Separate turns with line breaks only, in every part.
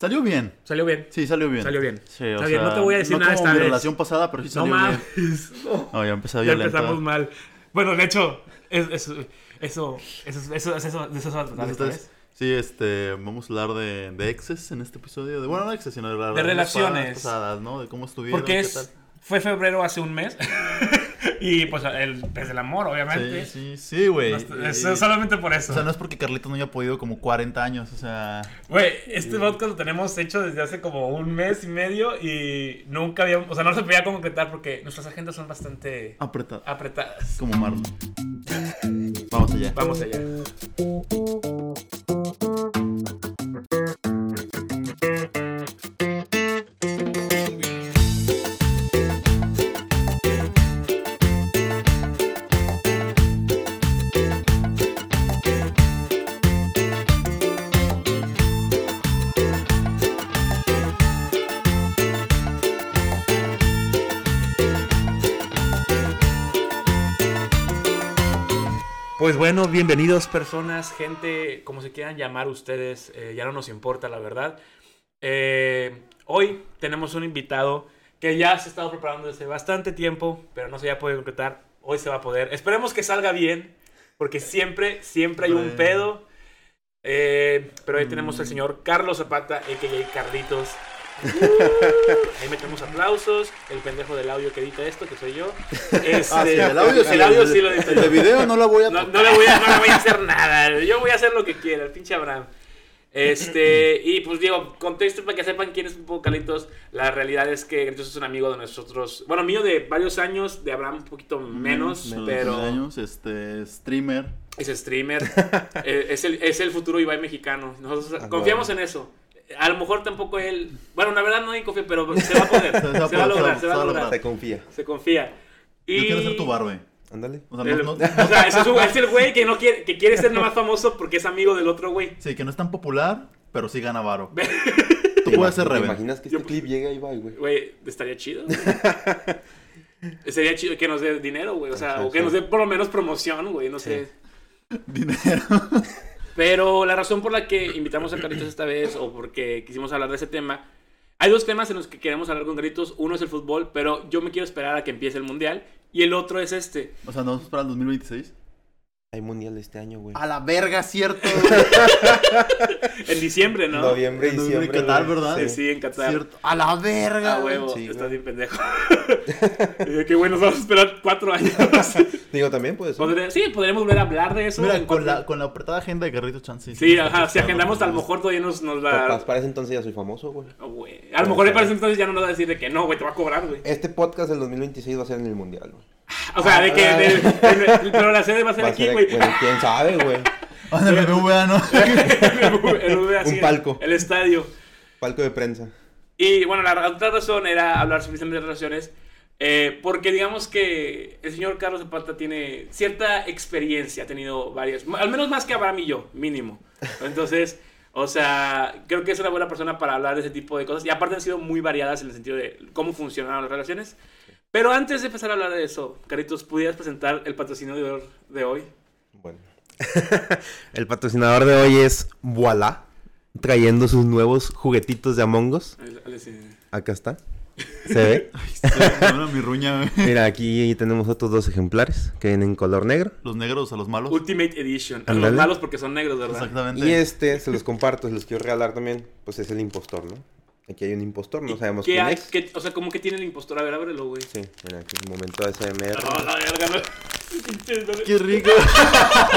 Salió bien.
Salió bien.
Sí, salió bien.
Salió bien.
Sí,
Está
o
bien,
sea,
no te voy a decir nada
como
esta
mi
vez.
relación pasada, pero sí
No
salió bien.
mames. No.
No, ya empecé
Ya
violento.
empezamos mal. Bueno, de hecho, es- es- eso, eso, eso, eso, de eso se va a tratar esta
Entonces,
vez.
sí, este, vamos a hablar de, de exes en este episodio. De, bueno, no exes, sino de, las
relaciones.
pasadas, ¿no? De cómo estuvieron,
Porque
qué
es,
tal.
fue febrero hace un mes. y pues el, pues, el amor, obviamente.
Sí, sí, sí, güey.
No,
Y-
es- es solamente por eso.
O sea, no es porque Carlitos no haya podido como 40 años, o sea...
Güey, este podcast lo tenemos hecho desde hace como un mes y medio y nunca habíamos, o sea, no se podía concretar porque nuestras agendas son bastante
Apretado.
apretadas.
Como Marlon. Vamos allá.
Vamos allá. Pues bueno, bienvenidos personas, gente, como se quieran llamar ustedes, eh, ya no nos importa la verdad. Eh, hoy tenemos un invitado que ya se ha estado preparando desde bastante tiempo, pero no se había podido concretar. Hoy se va a poder. Esperemos que salga bien, porque siempre, siempre hay un
Bueno.
pedo. Eh, pero hoy tenemos al señor Carlos Zapata, a.k.a. Carlitos. Ahí metemos aplausos. El pendejo del audio que edita esto, que soy yo.
Ah, sí,
Este,
el audio sí,
el audio sí lo edito
El de
yo.
video no la voy a...
No,
tocar.
no le voy a, no le voy a hacer nada. Yo voy a hacer lo que quiera, el pinche Abraham. Este, y pues digo, contexto para que sepan quién es un poco Carlitos. La realidad es que Gritos es un amigo de nosotros. Bueno, mío de varios años, de Abraham un poquito menos,
Mm, Menos de
pero
15 años, este, streamer.
es streamer. eh, es, el, es el futuro Ibai mexicano. Nosotros
Ah,
confiamos en eso. A lo mejor tampoco él. Bueno, la verdad no hay confía, pero se va a poder.
Se va a
se va
poder,
a lograr, se va a
Ah.
lograr.
Te confía.
Se confía. Y...
Yo quiero ser tu barbe.
Ándale.
O sea,
El-
no- no-
o sea, ese es, un- es el güey que no quiere, que quiere ser nomás famoso porque es amigo del otro güey.
sí, que no es tan popular, pero sí gana varo. Tú
¿Te
puedes
imag-
ser
¿Te
rebelde.
imaginas que
Yo-
este clip llega y va, güey?
Güey, estaría chido. güey. Sería chido que nos dé dinero, güey. O sea, o que
Exacto.
nos dé por lo menos promoción, güey. No sé.
Dinero.
Pero la razón por la que invitamos a Carlitos esta vez, o porque quisimos hablar de ese tema, hay dos temas en los que queremos hablar con Carlitos. Uno es el fútbol, pero yo me quiero esperar a que empiece el mundial. Y el otro es este.
O sea, ¿no vamos a esperar al 2026?
Hay mundial este año, güey.
A la verga, cierto.
En diciembre, ¿no?
Noviembre,
En noviembre,
diciembre.
Qatar,
güey.
¿verdad?
Sí, sí, en Qatar.
cierto. A la verga.
Ah, huevo,
Sí,
estás
güey.
bien pendejo. Eh, Qué bueno, nos vamos a esperar cuatro años.
Digo, también puede ser.
Podré- sí, podremos volver a hablar de eso.
Mira,
en
con
cuatro-
la, con la apretada agenda de Carrito Chance.
Sí, ajá, si agendamos, a lo mejor todavía nos, nos
Capaz,
la...
para ese entonces ya soy famoso, güey.
Oh, güey. A lo mejor le parece entonces ya no nos va a decir de que no, güey, te va a cobrar, güey.
Este podcast del 2026 va a ser en el mundial, güey.
O sea, de que...
Ah.
de- de- de- pero la sede va a ser
Va a
aquí,
ser,
güey.
bueno, quién sabe, güey.
Anda, me ¿no?
El- el- así,
Un palco.
El estadio.
Palco de prensa.
Y bueno, la ra- otra razón era hablar sobre de relaciones. eh, porque digamos que el señor Carlos Zapata tiene cierta experiencia, ha tenido varias, m- al menos más que Abraham y yo, mínimo. Entonces, o sea, creo que es una buena persona para hablar de ese tipo de cosas. Y aparte han sido muy variadas en el sentido de cómo funcionaron las relaciones. Pero antes de empezar a hablar de eso, Caritos, ¿pudieras presentar el patrocinador de hoy?
Bueno. el patrocinador de hoy es Voila. Trayendo sus nuevos juguetitos de Among Us.
Al- al- sí.
Acá está. Se ve.
Bueno, mi ruña, güey.
Mira, aquí tenemos otros dos ejemplares que vienen en color negro.
Los negros a los malos.
Ultimate Edition. A los
Ándale.
malos porque son negros, ¿verdad?
Exactamente.
Y este, se los comparto, se los quiero regalar también, pues es el impostor, ¿no? Aquí hay un impostor, no sabemos
¿Qué
quién
hay-
es.
qué- o sea, ¿cómo que tiene el impostor? A ver, ábrelo, güey.
Sí, mira, aquí un momento de SMR.
No, la verga, no. Pinche, no,
Qué rico.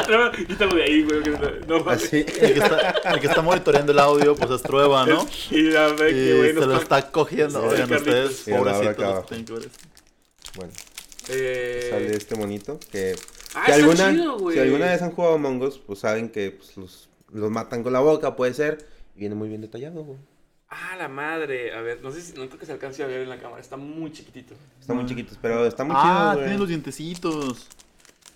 no, Quítalo de ahí, güey. que No, no mames.
Así.
El que, está, el que está monitoreando el audio, pues es Trueba, ¿no?
Y la ve
Y
Eh,
que,
se
güey,
lo
nos pa-
está cogiendo.
Sí,
Oigan,
Carlitos.
ustedes,
Mira, la abro
pobrecitos,
acá
los que
abajo.
tienen que ver esto.
Bueno, sale
Eh,
este monito que...
Ah,
si,
está
alguna,
chido, güey.
si alguna vez han jugado Among Us, pues saben que pues, los, los matan con la boca, puede ser. Y viene muy bien detallado, güey.
Ah, la madre. A ver, no sé si. No creo que se alcance a ver en la cámara. Está muy chiquitito.
Están muy chiquitos, pero está muy
Ah,
chido,
tiene los
güey.
dientecitos.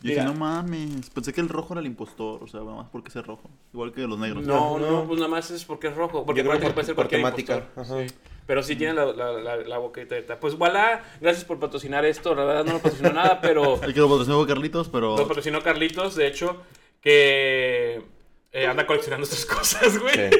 Yo
Mira.
dije, no mames. Pensé que el rojo era el impostor, o sea, nada más porque es rojo. Igual que los negros.
No, no,
no.
pues nada más es porque es rojo. Porque
Yo creo
aparte
por-
puede ser
por
cualquier
temática,
impostor,
ajá.
sí. Pero sí tiene la, la, la, la boquita abierta. Pues voilà, gracias por patrocinar esto. La verdad no lo patrocinó nada, pero
El que lo patrocinó fue Carlitos, pero.
lo patrocinó Carlitos, de hecho, que eh, anda coleccionando estas cosas, güey.
Sí.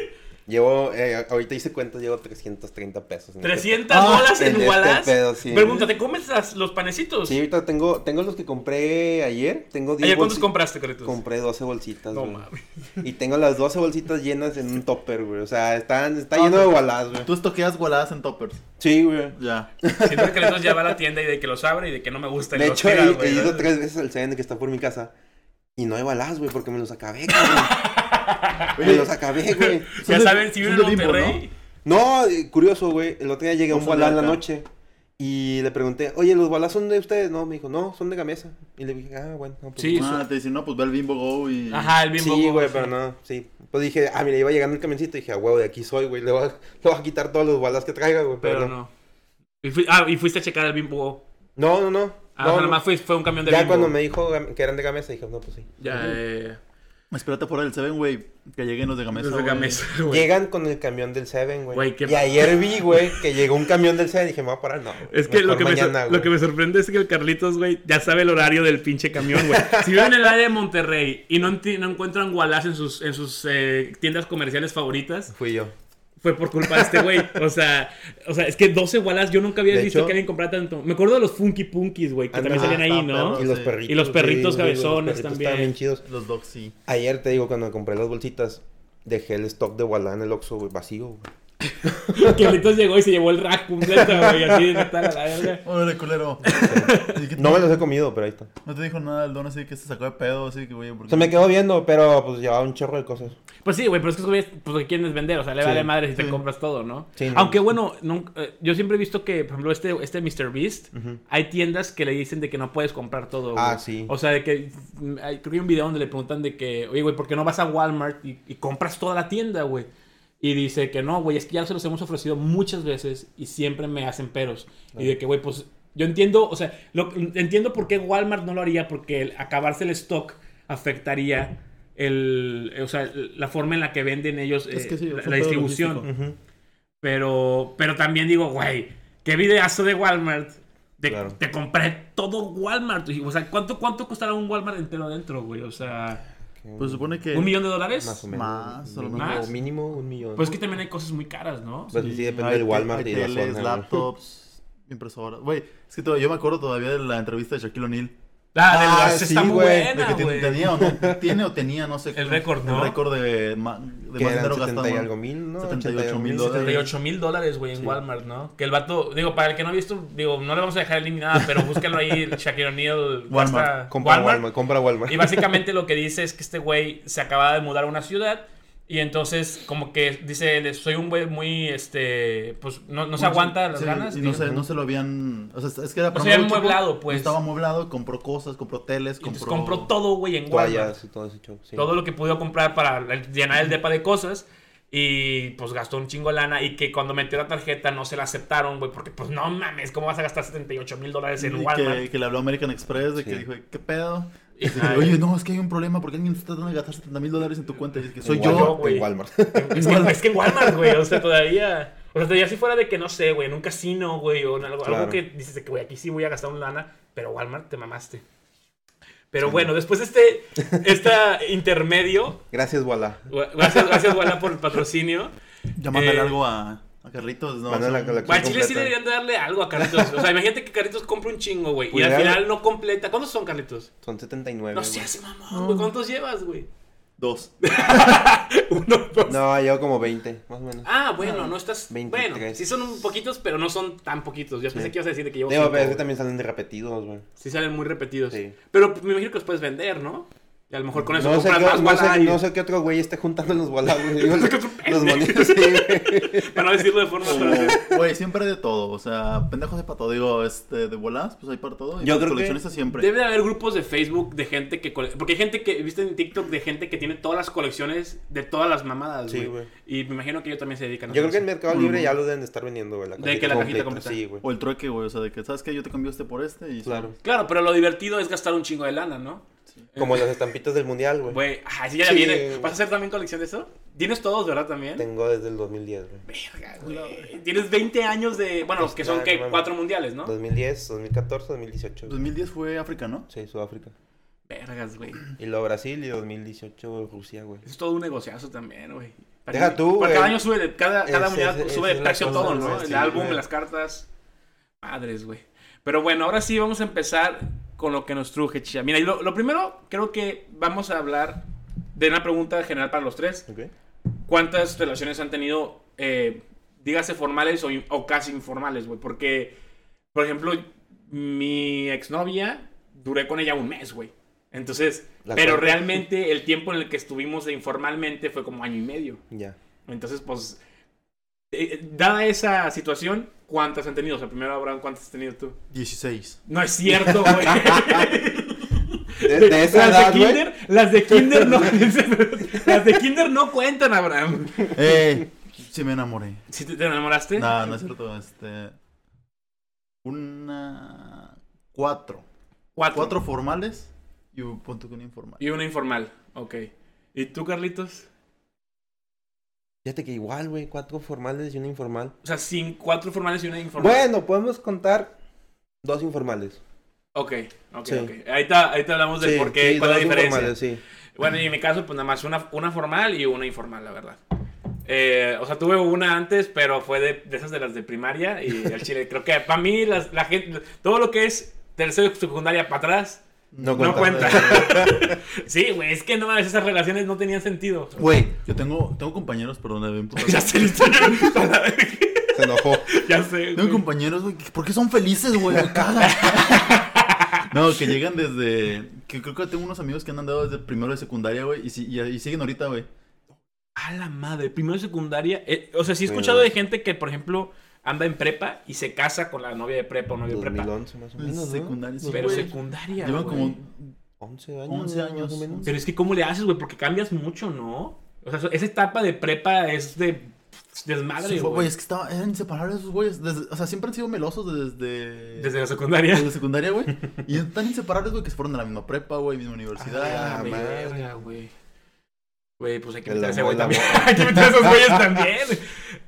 Llevo, eh, ahorita hice cuentas, llevo 330 pesos. en este-
300
Ah,
bolas en
este
Wallace.
pedo, sí.
Pregunta, ¿te comes las- los panecitos?
Sí, ahorita tengo, tengo los que compré ayer. Tengo 10
¿Ayer cuántos
bolsi-
compraste, Carlitos?
Compré 12 bolsitas,
no
güey.
mames.
Y tengo las 12 bolsitas llenas en un topper, güey. O sea, están, está
No,
lleno de
pero-
gualás, güey.
Tú estoqueas gualadas en toppers.
Sí, güey.
Ya.
Siento que Carlitos ya va a la tienda y de que los abre y de que no me gusta. y
De
los
hecho,
tira,
he,
güey,
he ido
¿verdad?
tres veces al CN que está por mi casa. Y no hay balas, güey, porque me los acabé, cabrón. me
Oye,
los acabé, güey.
Ya
Son de-
saben, si
son
viven en
de Bimbo,
Monterrey.
No, eh, curioso, güey. El otro día llegué a
No
un
son de
balá en la
acá.
noche. Y le pregunté, oye, ¿los balas son de ustedes? No, me dijo, no, son de Gamesa. Y le dije, ah, bueno. no, pues,
Sí,
no".
Ah, te dicen, no, pues ve al Bimbo Go y.
Ajá, el mismo.
Sí, güey, pero no, sí. Pues dije, ah, mira, iba llegando el camioncito y dije, ah, huevo, de aquí soy, güey. Le voy a, le voy a quitar todos los balas que traiga, güey. Pero,
Pero
no.
no. Y fui- ah, y fuiste a checar el bimbo.
No, no, no.
Ah, o
no,
sea,
no.
nada más fue, fue un camión de
Ya
bimbo.
cuando me dijo gam- que eran de Gamesa, dije, no, pues sí.
Ya, eh.
Espérate fuera del Seven, güey. Que lleguen los de Gamesa.
Desde
güey.
Gamesa, güey.
Llegan con el camión del Seven,
Güey,
güey.
qué
Y
pa-
ayer vi, güey, que llegó un camión del Seven y dije, me voy a parar, no. güey,
Es que lo
mejor
que, me sor-
mañana,
lo
güey.
que me sorprende es que el Carlitos, güey, ya sabe el horario del pinche camión, güey. Si viven en el área de Monterrey y no, enti- no encuentran Wallace en sus, en sus eh, tiendas comerciales favoritas,
Fui yo.
fue por culpa de este güey. O sea, o sea, es que 12 Wallace yo nunca había
De
visto
hecho-
que alguien comprara tanto. Me acuerdo de los Funky Punkies, güey, que
Anda,
también salían ahí,
está,
¿no?
perro.
Y los
Sí.
perritos.
Y los perritos
sí, güey, los
cabezones
perritos
también.
Estaban bien chidos.
Los dogs sí.
Ayer te digo, cuando compré las bolsitas, dejé el stock de Wallah en el Oxxo, güey, vacío, güey.
Carlitos llegó y se llevó el rack completo, güey, así de tal a la verga.
Órale, culero. ¿Y qué te-
No me los he comido, pero ahí está.
no te dijo nada el don así que se sacó de pedo, así que, güey. ¿por qué?
Se me quedó viendo, pero pues llevaba un chorro de cosas.
Pues sí, güey, pero es que esos güeyes, pues lo que quieren es vender, o sea, le
Sí,
vale madre si te
sí.
compras todo, ¿no?
Sí, no.
Aunque bueno, nunca- eh, yo siempre he visto que, por ejemplo, este, este Mr. Beast, hay tiendas que le dicen de que no puedes comprar todo. güey.
Ah, sí.
O sea, de que mm, hay- creo que hay un video donde le preguntan de que, oye, güey, ¿por qué no vas a Walmart y, y compras toda la tienda, güey? Y dice que no, güey, es que ya se los hemos ofrecido muchas veces y siempre me hacen peros. Y de que, güey, pues yo entiendo, o sea, lo- entiendo por qué Walmart no lo haría, porque el acabarse el stock afectaría el, o sea, la forma en la que venden ellos
Es
eh,
que sí,
la,
es un
la
pedo
distribución.
logístico.
Ujú.
Pero, pero también digo, güey, qué videazo de Walmart. De-
Claro.
Te compré todo Walmart. Y, O sea, ¿cuánto, ¿cuánto costará un Walmart entero adentro, güey? O sea,
Pues supone que.
¿un millón de dólares?
Más o menos.
Más, a lo
Mínimo-
mejor.
Mínimo un millón.
Pues es que también hay cosas muy caras, ¿no?
Pues sí, depende
hay
del
te-
Walmart
hay
y la
teles,
zona, ¿no?
laptops, impresoras. Güey, es que todavía- yo me acuerdo todavía de la entrevista de Shaquille O'Neal.
Ah, de
Ah,
las-
sí,
está muy
güey.
De
buena,
que tiene,
güey.
tenía o no, tiene o tenía, no sé.
El récord, ¿no?
El récord de, ma- de
Que
más
eran
dinero
70
gastado.
y algo mil, ¿no?
78 mil
88,000
dólares.
78 mil dólares, güey, en Walmart, ¿no? Que el vato, digo, para el que no ha visto, digo, no le vamos a dejar el link ni nada, pero búsquenlo ahí, Shaquille O'Neal.
Walmart.
basta-
Compra Walmart. compra Walmart.
Y básicamente lo que dice es que este güey se acababa de mudar a una ciudad y entonces como que dice, él, soy un güey muy, este, pues no, no se aguanta las
Sí,
ganas.
Y no
digamos.
se, no se lo habían. O sea, es que era
No se había
un chico,
amueblado, pues.
Estaba amueblado, compró cosas, compró teles,
Y entonces
compró.
compró todo, güey, en Walmart.
toallas y todo ese show. sí.
Todo lo que pudo comprar para llenar el depa de cosas. Y pues gastó un chingo de lana y que cuando metió la tarjeta no se la aceptaron, güey, porque pues no mames, ¿cómo vas a gastar 78 mil dólares en
Y
Walmart?
que, que le habló American Express de que
Sí.
dijo, ¿qué pedo?
Y-
Y dice,
Ay.
Oye, no, es que hay un problema porque alguien está tratando de gastar 70 mil dólares en tu cuenta. Y es que
En
soy
Walmart.
yo.
güey.
En Walmart.
Es que, es que en Walmart, güey, o sea, todavía. O sea, todavía si fuera de que no sé, güey, en un casino, güey, o en algo, algo
Claro.
que dices de que, güey, aquí sí voy a gastar un lana, pero Walmart te mamaste. Pero bueno, después de este, este intermedio,
Gracias, Wallah.
gua- gracias, gracias Walmart por el patrocinio.
Ya mándale
Eh,
algo a, a Carlitos. No, O
Mándale
sea,
a Carlitos.
Güey, al Chile sí
completa.
deberían de darle algo a Carlitos. O sea, imagínate que Carlitos compra un chingo, güey, y al
Pudiera-
final no completa. ¿Cuántos son, Carlitos?
Son 79.
No
güey.
seas mamón, güey, ¿cuántos llevas, güey?
Dos.
Uno, dos.
No, llevo como 20, más o menos.
Ah, bueno, no estás.
23.
Bueno, sí son un poquitos, pero no son tan poquitos. Yo pensé
Sí.
que ibas a decir de que llevo.
Digo,
cinco,
pero es que
güey.
también salen de repetidos, güey.
Sí salen muy repetidos.
Sí.
Pero me imagino que los puedes vender, ¿no? Y a lo mejor con eso
No sé,
compras más
qué, no, sé-
Wallace,
no sé qué otro güey esté juntando los Wallah, güey. Digo, los,
Porque es un
los
pendejo.
monitos, sí, güey.
Para no decirlo de forma otra.
Güey, siempre hay de todo. O sea, pendejos hay para todo. Digo, este, de bolas, pues hay para todo. Y
Yo
pues
creo que-
coleccionistas siempre.
Debe de haber grupos de Facebook de gente que cole- Porque hay gente que, viste en TikTok, de gente que tiene todas las colecciones de todas las mamadas,
Sí,
güey. y me imagino que ellos también se dedican a
Yo creo que en
eso.
Mercado Libre ya lo deben de estar vendiendo, güey. La
De
cajita
que la cajita completa.
Sí, güey.
O el trueque, güey. O sea, de que, ¿sabes qué? Yo te cambio este por este. Y
Claro.
Claro, pero lo divertido es gastar un chingo de lana, ¿no?
Como las estampitas del mundial, güey.
Güey, ajá, sí, ya
Sí,
viene.
güey.
¿Vas a hacer también colección de eso? Tienes todos, ¿verdad? También.
Tengo desde el 2010, güey.
Verga, güey. Tienes 20 años de. Bueno, los que son,
Pues ya, Pues
¿qué?
no mames.
Cuatro mundiales, ¿no?
2010, 2014, 2018. güey.
2010 pues, fue África, ¿no?
Sí, Sudáfrica.
Vergas, güey.
Y luego Brasil y 2018 Rusia, güey.
Es todo un negociazo también, güey. Panini.
Deja tú,
Porque cada
güey.
año sube, de- cada, cada
Ese-
unidad
ese-
sube de
esa es la
precio
cosa,
todo,
güey,
¿no?
sí,
el álbum,
güey.
las cartas. Madres, güey. Pero bueno, ahora sí vamos a empezar con lo que nos truje, chicha. Mira, y lo, lo primero creo que vamos a hablar de una pregunta general para los tres.
Ok.
¿Cuántas relaciones han tenido, eh, dígase formales o, in- o casi informales, güey? Porque, por ejemplo, mi exnovia, duré con ella un mes, güey. Entonces,
La
pero
cuenta.
realmente el tiempo en el que estuvimos de informalmente fue como año y medio.
Ya.
Entonces, pues, eh, eh, dada esa situación, ¿cuántas han tenido? O sea, primero, Abraham, ¿cuántas has tenido tú?
16.
No es cierto, güey.
De, de esa edad,
las, de
güey.
kinder, las de Kinder no. las de Kinder no cuentan, Abraham.
Eh, sí me enamoré.
¿Sí te, te enamoraste?
No, no es cierto, este... Una... Cuatro.
Cuatro.
Cuatro formales y un punto que un informal.
Y una informal, ok. ¿Y tú, Carlitos?
Fíjate que igual, güey, cuatro formales y una informal.
O sea, sin cuatro formales y una informal.
Bueno, podemos contar dos informales.
Ok, ok,
Sí.
ok. Ahí, te, ahí te hablamos de
Sí,
por qué,
sí,
cuál es la
dos
diferencia.
informales, sí.
Bueno, y en mi caso, pues nada más una, una formal y una informal, la verdad. Eh, o sea, tuve una antes, pero fue de, de esas de las de primaria y el chile. Creo que para mí, las- la gente, todo lo que es tercero y secundaria para atrás,
No
no cuenta.
cuenta.
sí, güey, es que no mames, esas relaciones no tenían sentido.
Güey,
Yo tengo, tengo compañeros, perdón, me ven por-
ya sé, listo.
se enojó.
ya sé.
Tengo
güey.
compañeros, güey, que- ¿por qué son felices, güey? Me caga. No, que llegan desde. Que creo que tengo unos amigos que han andado desde primero de secundaria, güey, y, si- y, y siguen ahorita, güey.
A la madre, primero de secundaria. eh, o sea, sí he
Sí,
escuchado
güey.
de gente que, por ejemplo, anda en prepa y se casa con la novia de prepa o novia de prepa.
2011 más o menos, ¿no?
Secundaria, sí,
Pero
güey.
secundaria.
Llevan
güey.
como.
11 años.
11 años.
Más o menos.
Pero es que, ¿cómo le haces, güey? Porque cambias mucho, ¿no? O sea, esa etapa de prepa es de desmadre,
Sí, fue,
güey.
güey, es que estaba, eran inseparables esos güeyes. desde- O sea, siempre han sido melosos desde.
Desde la secundaria.
desde secundaria, güey. Y están inseparables, güey, que se fueron de la misma prepa, güey, misma
Ah,
universidad.
Güey,
madre.
verga, güey. Güey, pues hay que
El
meter a ese
amor,
güey
el
también. hay que meter a esos güeyes también.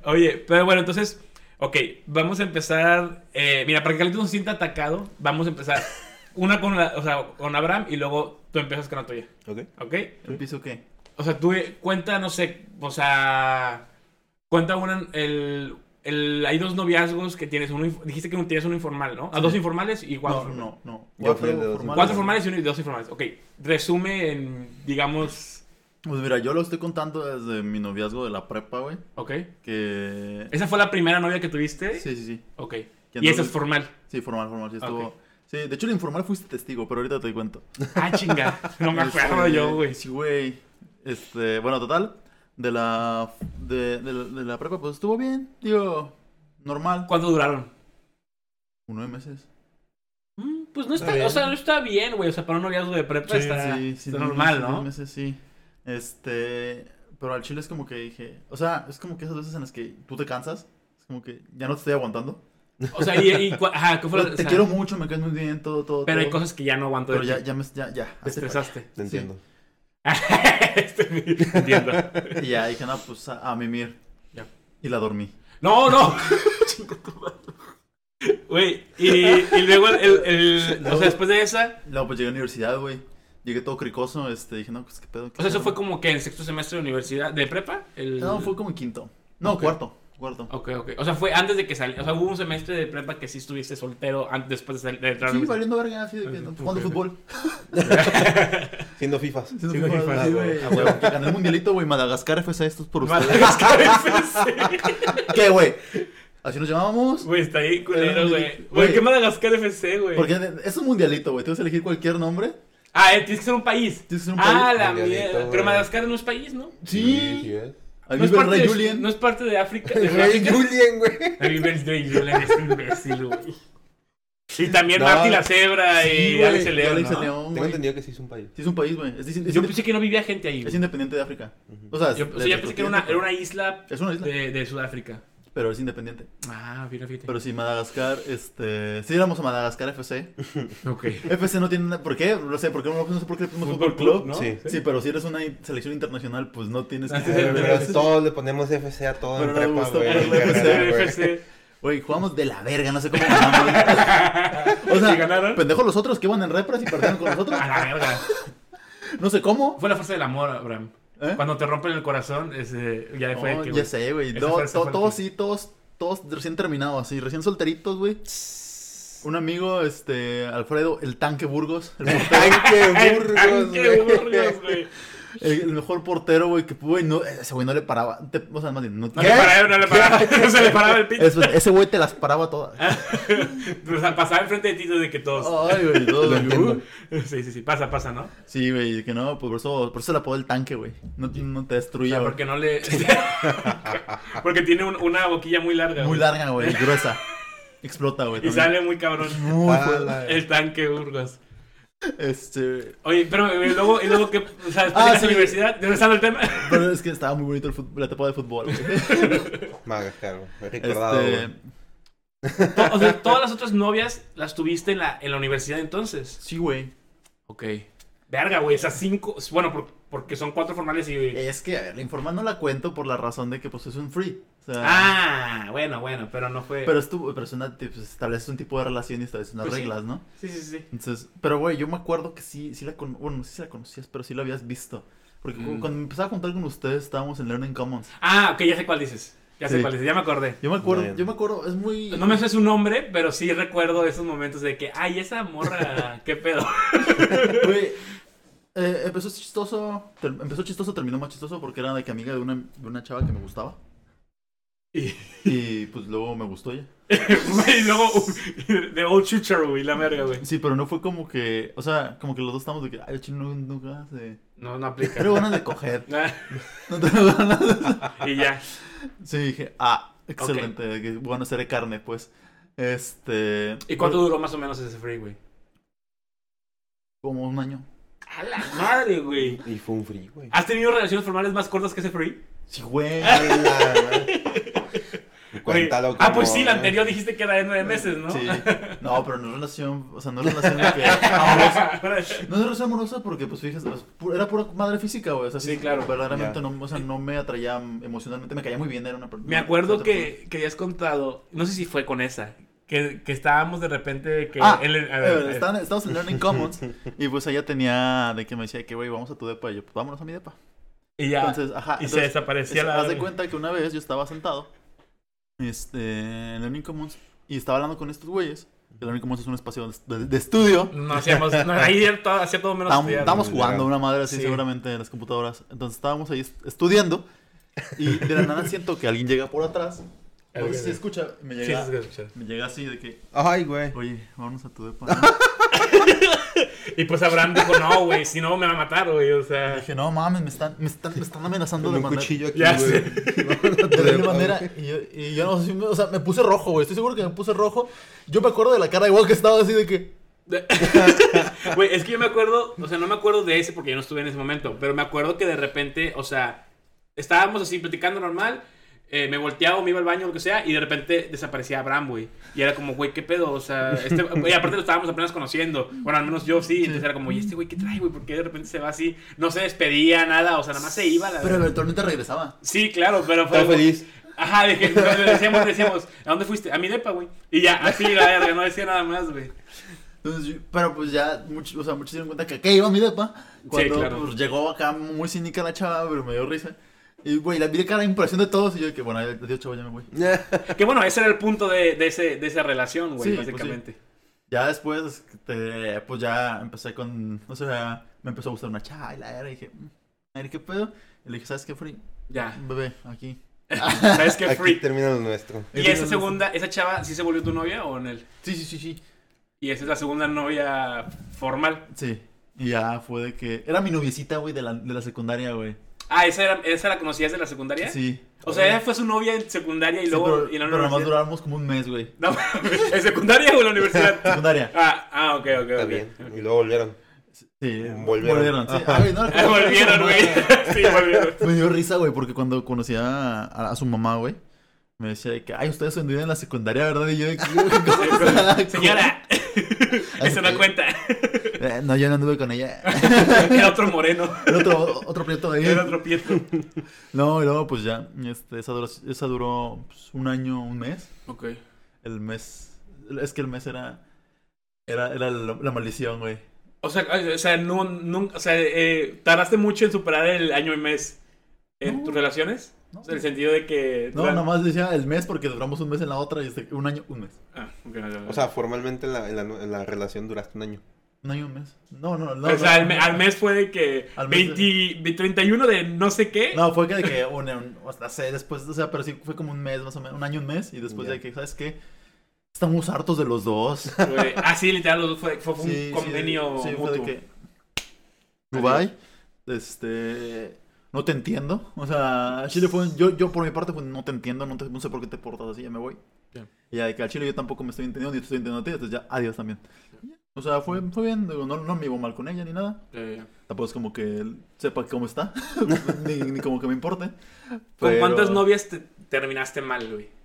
Oye, pero bueno, entonces, ok, vamos a empezar. eh, mira, para que Carlitos no se sienta atacado, vamos a empezar una con, la, o sea, con Abraham y luego tú empiezas con la tuya,
Ok.
¿ok?
¿Empiezo qué?
O sea, tú eh, cuenta, no sé, o sea, cuenta una, el, el, hay dos noviazgos que tienes, uno, inf- dijiste que tienes uno informal, ¿no? Ah, dos informales y cuatro
No,
formales.
no, no.
Yo fui el de dos
Cuatro
Vale.
formales y uno y dos informales, ok. Resume en, digamos,
Pues mira, yo lo estoy contando desde mi noviazgo de la prepa, güey.
ok.
Que.
¿Esa fue la primera novia que tuviste?
Sí, sí, sí.
Ok.
Que
Y esa
anduve-
es formal.
Sí, formal, formal. Sí,
Ah,
estuvo.
ok.
Sí, de hecho, el informal fuiste testigo, pero ahorita te cuento.
Ah, chinga. No me acuerdo
Este,
yo, güey.
Sí, güey. Este, bueno, total. De la, de, de la, de la prepa, pues estuvo bien. Digo, normal.
¿Cuánto duraron?
Uno de meses.
Mm, Pues no
Está
está,
bien.
o sea, no está bien, güey. O sea, para un noviazgo de prepa está, está
nueve
normal,
meses,
¿no?
nueve meses, sí. Este, pero al chile es como que dije, o sea, es como que esas veces en las que tú te cansas. Es como que ya no te estoy aguantando.
O sea, y, y cua- ajá, ¿qué fue lo-
Pero
o
te
sea,
quiero mucho, me caes muy bien, todo, todo.
Pero hay
todo,
cosas que ya no aguanto.
Pero
de
ya,
ti.
ya me. Ya, ya.
Te
hazte
estresaste.
Te entiendo.
Este, Entiendo.
para- Y ya dije, no, pues a, a mimir.
Ya.
Y la dormí.
No, no. Chinga tu madre. Güey, y, y luego el, el- el- O sea, después de esa.
No, pues llegué a la universidad, güey. Llegué todo cricoso, este, dije, no, pues qué pedo.
O sea, eso fue como que el sexto semestre de universidad. ¿De prepa? El...
No, fue como en quinto. No,
Ok.
cuarto, cuarto.
Ok, ok. O sea, fue antes de que saliera. O sea, hubo un semestre de prepa que sí estuviste soltero antes, después de, sal- de entrar a
Sí,
la universidad.
valiendo verga, así de que
Ah, Ok,
jugando
ok.
fútbol.
Siendo FIFAs.
Sí,
Siendo
fútbol,
FIFA,
sí, güey.
sí, güey.
Ah, güey, que Gané el mundialito, güey. Madagascar FC, esto es por ustedes.
Madagascar FC.
¿Qué, güey? Así nos llamábamos.
Güey, está bien culero, güey. Güey,
Eh, Güey.
¿qué Madagascar FC, güey?
Porque es un mundialito, güey. Tienes que elegir cualquier nombre.
Ah, eh, tienes que ser un país.
Tienes que ser un
Ah,
país.
la
Mundialito,
mierda.
güey.
Pero Madagascar no es país, ¿no?
Sí.
es.
Ahí
no, es
vive el
parte
Rey
de,
Julien.
no es parte de África. De
Rey
África.
Julien, güey.
Happy birthday, Julian, es imbécil, güey. Y también
No.
Marty la Cebra
Sí,
y
güey,
Alex el León,
Alex
¿no?
el León,
Tengo
güey.
entendido que sí es un país.
Sí, es un país, güey. Es, es- es-
Yo pensé que no vivía gente ahí,
es
güey.
independiente de África. O sea,
Yo,
de-
o sea, yo
de-
pensé que era una, era una isla
Es una isla,
de, de Sudáfrica.
pero es independiente.
Ah, mira, fíjate.
Pero sí, Madagascar, este... Sí, éramos a Madagascar FC.
Ok.
FC no tiene... na- ¿Por qué? No sé, ¿por qué no, no sé por qué le pusimos
Fútbol
Fútbol
Club,
Club?
¿no?
Sí.
Sí, pero si eres una in- selección internacional, pues no tienes que
Ah, sí,
ser-
sí,
Pero
sí.
todos le ponemos FC a todo
Pero
en
no me
prepa,
gustó
güey.
ponerle
en
FC,
carrera, güey.
FC.
Güey, jugamos de la verga, no sé cómo ganamos. o sea,
¿Y ganaron? Ah.
pendejos los otros que iban en repras y perdieron con nosotros.
A la verga.
No sé cómo.
Fue la fuerza del amor, Abraham.
¿Eh?
Cuando te rompen el corazón, ese,
eh,
ya fue
No,
que,
ya
güey.
sé, güey.
Ese
No,
fue- ese
to-
fue el
todos
que-
sí, todos, todos recién terminados, así, recién solteritos, güey. Un amigo, este, Alfredo, el tanque Burgos, el, portero,
Tanque
¡Eh, ¡Ay,
Burgos,
ay, qué
güey.
burgos, güey!
el- el mejor portero, güey, que güey, no, ese güey no le paraba. te- o sea, más bien, no,
No le paraba, no le paraba. No se le paraba el pinche.
Eso- ese güey te las paraba todas.
O sea, pasaba enfrente de ti desde que todos.
Ay, güey, no,
Lo
güey.
entiendo.
Sí, sí, sí. Pasa, pasa, ¿no?
Sí, güey, que no, pues por eso, por eso le apodo el tanque, güey. No, no te
O
destruye,
sea,
güey.
porque no le. porque tiene un- una boquilla muy larga.
Muy
güey.
larga, güey, gruesa. Explota, güey.
Y
también.
sale muy cabrón.
Muy
Ah,
fuerte.
la-
El tanque Burgos.
Este.
Oye, pero eh, luego, y luego que. O sea, después
Ah,
de la
sí.
universidad, regresando al tema.
Pero es que estaba muy bonito el fut- la etapa de fútbol, güey.
Maga, claro. he Recordado. güey.
Este.
To- o sea, todas las otras novias las tuviste en la, en la universidad entonces.
Sí, güey.
Ok. Verga, güey, esas cinco. Bueno, por- porque son cuatro formales y.
Es que, a ver, la informal no la cuento por la razón de que, pues, es un free. O sea,
Ah, bueno, bueno, pero no fue.
pero estuvo, pero es una, pues, estableces un tipo de relación y estableces unas
Pues sí.
reglas, ¿no?
Sí, sí, sí.
Entonces, pero güey, yo me acuerdo que sí, sí la con... bueno, no sé si la conocías, pero sí la habías visto. Porque cu-
Mm.
cuando me empezaba a contar con ustedes, estábamos en Learning Commons.
Ah, ok, ya sé cuál dices. Ya sé
Sí.
cuál dices, ya me acordé.
Yo me acuerdo,
Bueno.
yo me acuerdo, es muy...
No me sé su nombre, pero sí recuerdo esos momentos de que, ay, esa morra, qué pedo.
Güey, eh, empezó chistoso, ter- empezó chistoso, terminó más chistoso porque era de que amiga de una, de una chava que me gustaba.
Y-
Y pues luego me gustó ella.
y luego, uh, de Old Future, güey, la verga, güey.
Sí, pero no fue como que, o sea, como que los dos estamos de que, ay, chino, nunca se...
No, no aplica.
Pero ganas de coger.
Ah,
No tengo ganas de-
y ya.
Sí, dije, ah, excelente, que bueno, seré carne, pues. Este...
¿Y cuánto duró más o menos ese free, güey?
Como un año.
A la madre, güey.
Y fue un free, güey.
¿Has tenido relaciones formales más cortas que ese free?
Sí, güey.
Cuéntalo.
Ah,
como-
pues sí, la anterior dijiste que era de nueve meses, ¿no?
Sí. No, pero no es relación, o sea, no es relación de que amorosa. No es relación amorosa porque, pues, fíjate, pues, pu- era pura madre física, güey. O sea,
Sí, claro.
Verdaderamente
Ya.
no, o sea, no me atraía emocionalmente, me caía muy bien, era una per-
Me acuerdo que, que habías contado, no sé si fue con esa, que, que estábamos de repente que...
Ah,
él- a ver,
eh, estaban- estábamos en Learning Commons y pues ella tenía de que me decía que, güey, vamos a tu depa. Y yo, pues vámonos a mi depa.
y ya,
Entonces, ajá.
y se
entonces,
desaparecía
es-
la...
Haz de cuenta que una vez yo estaba sentado este, en Learning Commons y estaba hablando con estos güeyes. Learning Commons es un espacio de- de- de estudio.
No hacíamos... no, ahí era todo, hacía todo menos...
Estábam-
estudiar,
estábamos
¿no?
jugando una madre así
Sí.
seguramente en las computadoras. Entonces estábamos ahí est- estudiando y de la nada siento que alguien llega por atrás. No sé si se escucha, me
Sí, sí,
llega,
sí, escuchas.
me llega así de que,
Ay, güey.
oye, vámonos a tu depa. ¿no?".
Y pues Abraham dijo, no, güey, si no me va a matar, güey, o sea...
Dije, no mames, me están, me están, me están amenazando
Con
de
un
manera.
cuchillo aquí,
Ya
güey.
De alguna manera, y yo, y yo no sé, o sea, me puse rojo, güey. Estoy seguro que me puse rojo. Yo me acuerdo de la cara igual que estaba así de que.
Güey, es que yo me acuerdo, o sea, no me acuerdo de ese porque yo no estuve en ese momento, pero me acuerdo que de repente, o sea, estábamos así platicando normal, eh, me volteaba o me iba al baño o lo que sea, y de repente desaparecía Abraham, güey. Y era como, güey, ¿qué pedo? O sea, este, y aparte lo estábamos apenas conociendo, bueno, al menos yo sí, entonces era como, ¿y este güey qué trae, güey? ¿Por qué de repente se va así? No se despedía, nada, o sea, nada más se iba. La
Pero eventualmente regresaba.
Sí, claro, pero fue.
Estaba feliz.
Ajá, de que le decíamos, le decíamos, ¿a dónde fuiste? A mi depa, güey. Y ya, así la verga, no decía nada más, güey.
Entonces, yo- pero pues ya, muchos, o sea, muchos se dieron cuenta que acá iba mi depa. Cuando
claro.
pues, llegó acá muy cínica la chava, pero me dio risa. Y, güey, la vi de cara de impresión de todos. Y yo, que bueno, adiós, chavo, ya me voy.
Que bueno, ese era el punto de, de, ese, de esa relación, güey,
Sí, pues
básicamente.
Ya después, este, pues ya empecé con, o sea, me empezó a gustar una chava y la era. Y dije, "Mm, a ver, ¿qué pedo? Y le dije, ¿sabes qué, Free?
Ya.
Bebé, aquí.
¿Sabes qué,
Aquí
Free?
termina lo nuestro.
¿Y esa segunda, esa chava, sí se volvió tu novia o en él?
Sí, sí, sí, sí.
Y esa es la segunda novia formal.
Sí. Y ya fue de que, era mi noviecita, güey, de la, de la secundaria, güey.
Ah, ¿esa, era, ¿esa la conocías de la secundaria?
Sí.
O sea, ella fue su novia en secundaria y
Sí,
luego.
pero,
y en la
pero nomás
universidad.
durábamos como un mes, güey.
No, ¿En secundaria o en la universidad?
Secundaria.
Ah, ah, ok, ok, ok.
Está bien. Y luego volvieron.
Sí,
Volvieron.
volvieron. sí. Ah, güey, no,
Ah, Volvieron, güey. Sí, volvieron.
Me dio risa, güey, porque cuando conocía a, a- a su mamá, güey, me decía de que, ay, ustedes se en la secundaria, ¿verdad? Y yo, de que, ¿cómo?
Señora, eso no
que-
cuenta.
Eh, no, yo no anduve con ella.
Era otro moreno.
Era otro, otro prieto ahí.
Era otro pieto.
No, y luego, pues ya, este, esa, duró, esa duró pues, un año, un mes.
Ok.
El mes, es que el mes era, era, era la, la maldición, güey.
O sea, o sea, no, nunca- o sea eh, tardaste mucho en superar el año y mes en
No.
tus relaciones.
No.
O sea, en el sentido de que.
No, nomás decía el mes porque duramos un mes en la otra y este- un año, un mes.
Ah, ok, no, no, no.
O sea, formalmente en la, en la, en la relación duraste un año.
Un año, un mes. No, no, no.
O sea,
no,
Pues, al, me-
no.
al mes fue de que
Al mes
20, 31 de no sé qué.
No, fue que de que un, un- o sea, sé, después, o sea, pero sí fue como un mes más o menos, un año, un mes, y después
Ya.
de que, ¿sabes qué? Estamos hartos de los dos.
Güey, Ah, sí, literal, los dos fue, fue un
Sí, sí,
convenio
sí, fue de
mutuo.
que Dubai, este, no te entiendo, o sea, Chile fue, yo, yo por mi parte fue, no te entiendo, no, te- no sé por qué te portas así, ya me voy.
Ya.
Y ya de que al Chile yo tampoco me estoy entendiendo, ni te estoy entendiendo a ti, entonces ya, adiós también. O sea, fue, fue bien, digo, no, no me iba mal con ella ni nada,
Eh,
tampoco es como que él sepa cómo está, ni, ni como que me importe.
¿Con
pero-
cuántas novias te terminaste mal, güey?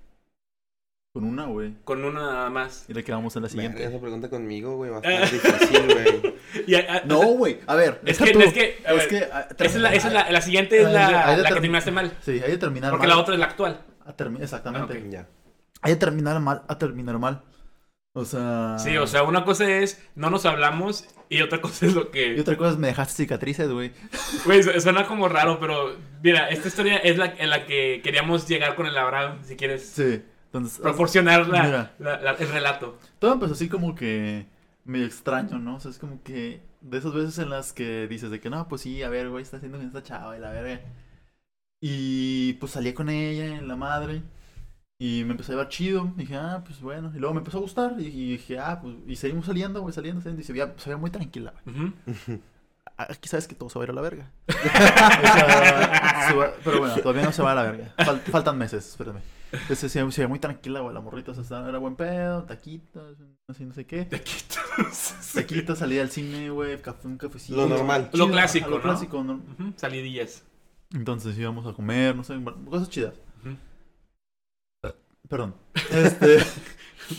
Con una, güey.
Con una nada más.
Y le quedamos en la
Verga,
siguiente.
Esa pregunta conmigo, güey, va a
Eh.
estar difícil, güey.
Y, ah,
No, güey. A ver,
Es
deja
que-
tú.
es que, a ver,
ah,
Esa es la, esa es la, la siguiente es
Ah,
la,
ya, ahí ya
la que
term-
terminaste mal.
Sí, hay de terminar
Porque
mal.
la otra es la actual.
a termi- Exactamente.
Ah,
Ya.
Hay de terminar mal a terminar mal. O sea.
Sí, o sea, una cosa es no nos hablamos y otra cosa es lo
Y
que...
otra cosa es me dejaste cicatrices, güey.
Güey, su- suena como raro, pero mira, esta historia es la en la que queríamos llegar con el Abraham, si quieres
Sí. Entonces.
proporcionar la-
Mira.
la- la- el relato.
Todo empezó así como que medio extraño, ¿no? O sea, es como que de esas veces en las que dices de que no, pues sí, a ver, güey, está haciendo bien esta chava y la verga. Y pues salí con ella en la madre y me empezó a llevar chido. Y dije, ah, pues bueno. Y luego me empezó a gustar y, y dije, ah, pues. Y seguimos saliendo, güey, saliendo, saliendo. Y se veía, se veía muy tranquila, güey.
Ujú.
Ah, Aquí sabes que todo se va a ir a la verga. O sea, se va- pero bueno, todavía no se va a la verga. Fal- faltan meses, espérame. Entonces se, se veía muy tranquila, güey, la morrita. O sea, estaba- era buen pedo, taquitos, así no sé qué. Se quita, salida al cine, güey, café, un cafecito.
Lo normal.
Lo
Chido,
clásico,
ajá, Lo
¿no?
clásico, ¿no?
Ujú, Salidillas.
Entonces íbamos a comer, no sé, cosas chidas.
Ujú.
Perdón. Este,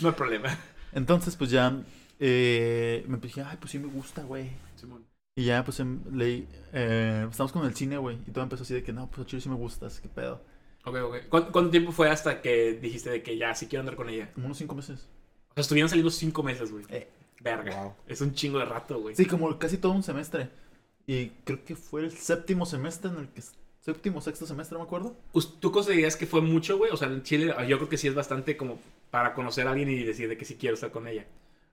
No hay problema.
entonces, pues ya eh, me dije, ay, pues sí me gusta, güey. Y ya, pues, em- leí, eh, estamos con el cine, güey. Y todo empezó así de que, no, pues, a Chile sí me gustas, qué pedo.
Ok, ok. ¿Cuánto, cuánto tiempo fue hasta que dijiste de que ya, sí quiero andar con ella?
Como unos cinco meses.
O sea, estuvieron saliendo cinco meses, güey.
Eh.
Verga.
Wow.
Es un chingo de rato, güey.
Sí, como casi todo un semestre. Y creo que fue el séptimo semestre en el que... Séptimo, sexto semestre, no me acuerdo.
Us- ¿Tú consideras que fue mucho, güey? O sea, en Chile ah, yo creo que sí es bastante como para conocer a alguien y decir de que sí quiero estar con ella.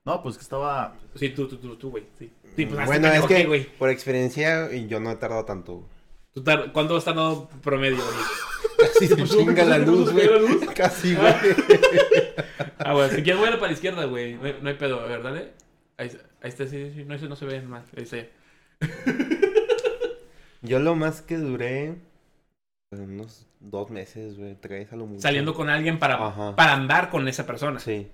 No, pues que estaba...
Sí, tú, tú, tú, tú, güey. Sí. Sí, pues, hazte
Mm, bueno, es
pendejo
que
aquí, güey.
por experiencia y yo no he tardado tanto.
Tú tar- ¿Cuánto has tardado promedio, güey?
Casi se chinga la luz,
Pues, ¿Se cayó la luz?
güey. Casi, güey.
Ah, güey. Si quieres, voy para la izquierda, güey. No, hay- no hay pedo. A ver, dale. Ahí, está- ahí está, sí, sí, sí. No, eso no se ve mal. Ahí está.
Yo lo más que duré pues, unos dos meses, güey, tres a lo mucho.
Saliendo con alguien para,
Ajá.
para andar con esa persona.
Sí.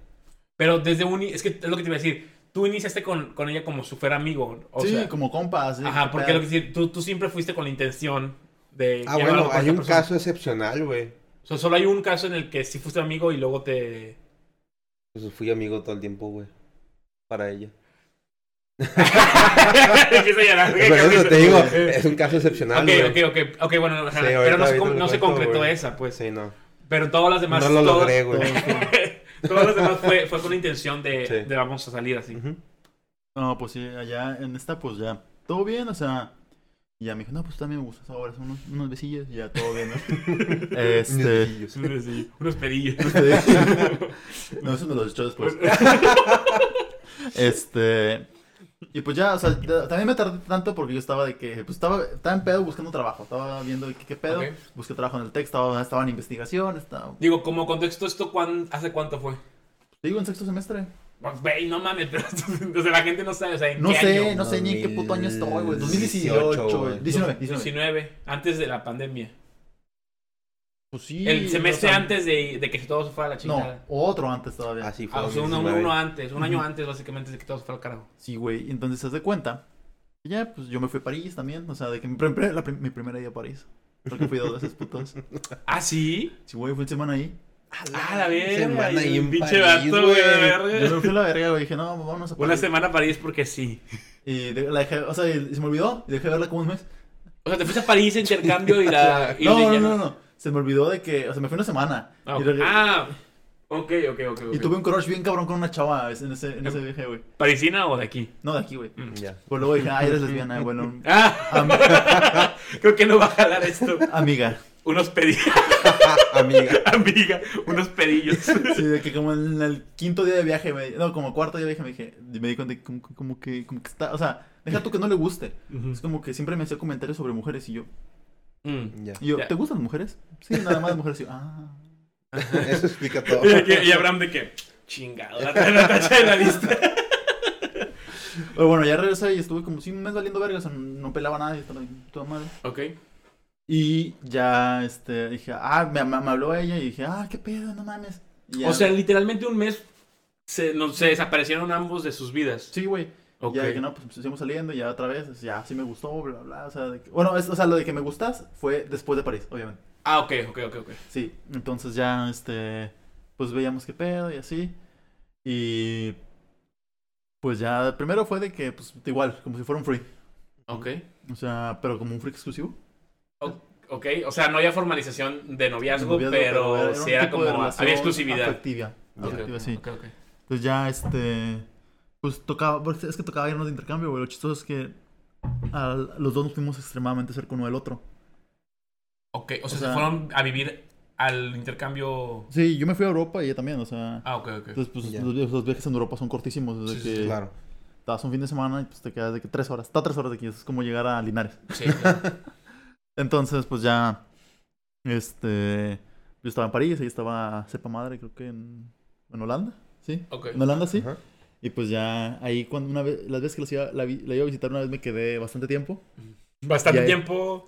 Pero desde un... i- Es que es lo que te iba a decir. Tú iniciaste con, con ella como súper amigo. O
sí,
sea,
como compas. ¿eh?
Ajá,
¿Qué
porque
pedo?
lo que decir, tú, tú siempre fuiste con la intención de... llevar
Ah,
algo
bueno,
con
hay
esta
un
persona.
caso excepcional, güey.
O sea, solo hay un caso en el que sí fuiste amigo y luego te...
Pues fui amigo todo el tiempo, güey. Para ella.
Empieza a llorar.
Por eso te digo, es un caso excepcional, güey.
Ok, ok, ok. Ok, bueno, no, o sea,
Sí,
pero
ahorita-
no, se,
ahorita
con-
lo
no se
cuento,
concretó
güey.
esa, pues.
Sí, no.
Pero en todas las demás...
No lo
todas-
logré, güey.
Todas las demás fue, fue con la intención de,
Sí.
de vamos a salir así.
Ujú.
No, pues sí, allá en esta, pues ya, todo bien, o sea. Y ya me dijo, no, pues también me gustas ahora, son unos, unos besillos, y ya todo bien, ¿no? este.
Niños.
Sí, unos pedillos.
no, eso me lo echó después. este. Y pues ya, o sea, ta- también me tardé tanto porque yo estaba de que, pues estaba, estaba en pedo buscando trabajo, estaba viendo de qué, qué pedo,
Ok.
busqué trabajo en el tech, estaba, estaba en investigación, estaba,
Digo, como contexto, ¿esto cuán- hace cuánto fue?
te digo, en sexto semestre.
Pues, Güey, no mames, pero esto- o sea, la gente no sabe, o sea, ¿en
No
qué
sé,
año?
no sé ni en qué puto año estoy, güey, 2018,
2018,
güey.
güey.
19, 19.
19, antes de la pandemia.
Pues sí.
el semestre
o sea,
antes de, de que todo se fuera a la
No,
chingada.
otro antes todavía.
Así fue.
Ah, o sea, uno,
2019.
uno antes, un año
Ujú.
antes básicamente de que todo se fuera al carajo.
Sí, güey. Entonces, haz de cuenta. Y Ya, pues yo me fui a París también. O sea, de que mi, prim- la prim- mi primera idea a París. Porque fui dos veces, putos.
Ah, sí.
Sí, güey, fue semana ahí.
Ah, la verga.
Semana
y
ahí
un
en
pinche
París,
vato, güey.
güey.
la
Yo
verga.
me fui a la verga, güey. Dije, no, vámonos a
Una
París.
semana a París porque sí.
Y de- la dejé, o sea, y se me olvidó. Y dejé de verla como un mes.
O sea, te fuiste a París a intercambio y la. y
No,
le-
no, no, no. Se me olvidó de que, o sea, me fui una semana.
Ah,
Y regre-
Ah, Ok, ok, ok. ok.
Y tuve un crush bien cabrón con una chava ¿ves? en ese, en ese viaje, güey.
¿Parisina o de aquí?
No, de aquí, güey.
Ya.
Pues luego dije, ah, eres lesbiana, bueno.
Ah,
am-
creo que no va a jalar esto.
amiga.
Unos pedillos,
Amiga.
amiga, unos pedillos.
Sí, de que como en el quinto día de viaje, me- no, como cuarto día de viaje, me dije, me di cuenta que como, como que, como que está, o sea, deja tú que no le guste. Es como que siempre me hacía comentarios sobre mujeres y yo,
Mm.
Ya.
y yo,
Ya.
¿te gustan las mujeres? Sí, nada más las mujeres y yo, ah.
Eso explica todo.
Y, aquí- y Abraham de que, chingado, la, la tacha de la lista.
Pero bueno, ya regresé y estuve como sí, un mes valiendo vergas, no, no pelaba nada y estaba toda madre.
Ok.
Y ya, este, dije, ah, me, me- me habló ella y dije, ah, qué pedo, no mames. Y ya-
O sea, literalmente un mes se, no, se desaparecieron ambos de sus vidas.
sí, güey.
Ok.
Ya de que no, pues seguimos saliendo y ya otra vez, así, ya sí me gustó, bla, bla, bla. O sea, de que- bueno, es- o sea, lo de que me gustas fue después de París, obviamente.
Ah, ok, ok, ok, ok.
Sí, entonces ya, este, pues veíamos qué pedo y así. Y pues ya, primero fue de que, pues igual, como si fuera un free.
Ok.
O sea, pero como un free exclusivo.
Ok, o sea, no había formalización de noviazgo,
Noviazgo,
pero,
un
sí era
tipo
como.
de relación
Había exclusividad.
Afectiva,
Ya.
afectiva, sí.
Ok, ok.
Entonces ya, este, pues tocaba, porque es que tocaba irnos de intercambio, güey. Lo chistoso es que al- los dos nos fuimos extremadamente cerca uno del otro.
Ok, o sea,
sea-
se fueron a vivir al intercambio.
Sí, yo me fui a Europa y ella también, o sea.
Ah, ok, ok.
Entonces, pues
Ya.
los, viajes- los viajes en Europa son cortísimos. Desde
Sí, sí,
que
Claro.
estás un fin de semana y pues te quedas de que tres horas. Está tres horas de aquí, eso es como llegar a Linares.
Sí, claro.
Entonces, pues ya. Este. Yo estaba en París, ella estaba, sepa madre, creo que en, en Holanda. Sí.
Ok.
En Holanda, sí.
Ajá.
Y pues ya ahí, cuando una vez, las veces que los iba- la, vi- la iba a visitar, una vez me quedé bastante tiempo.
Bastante
Ya-
tiempo.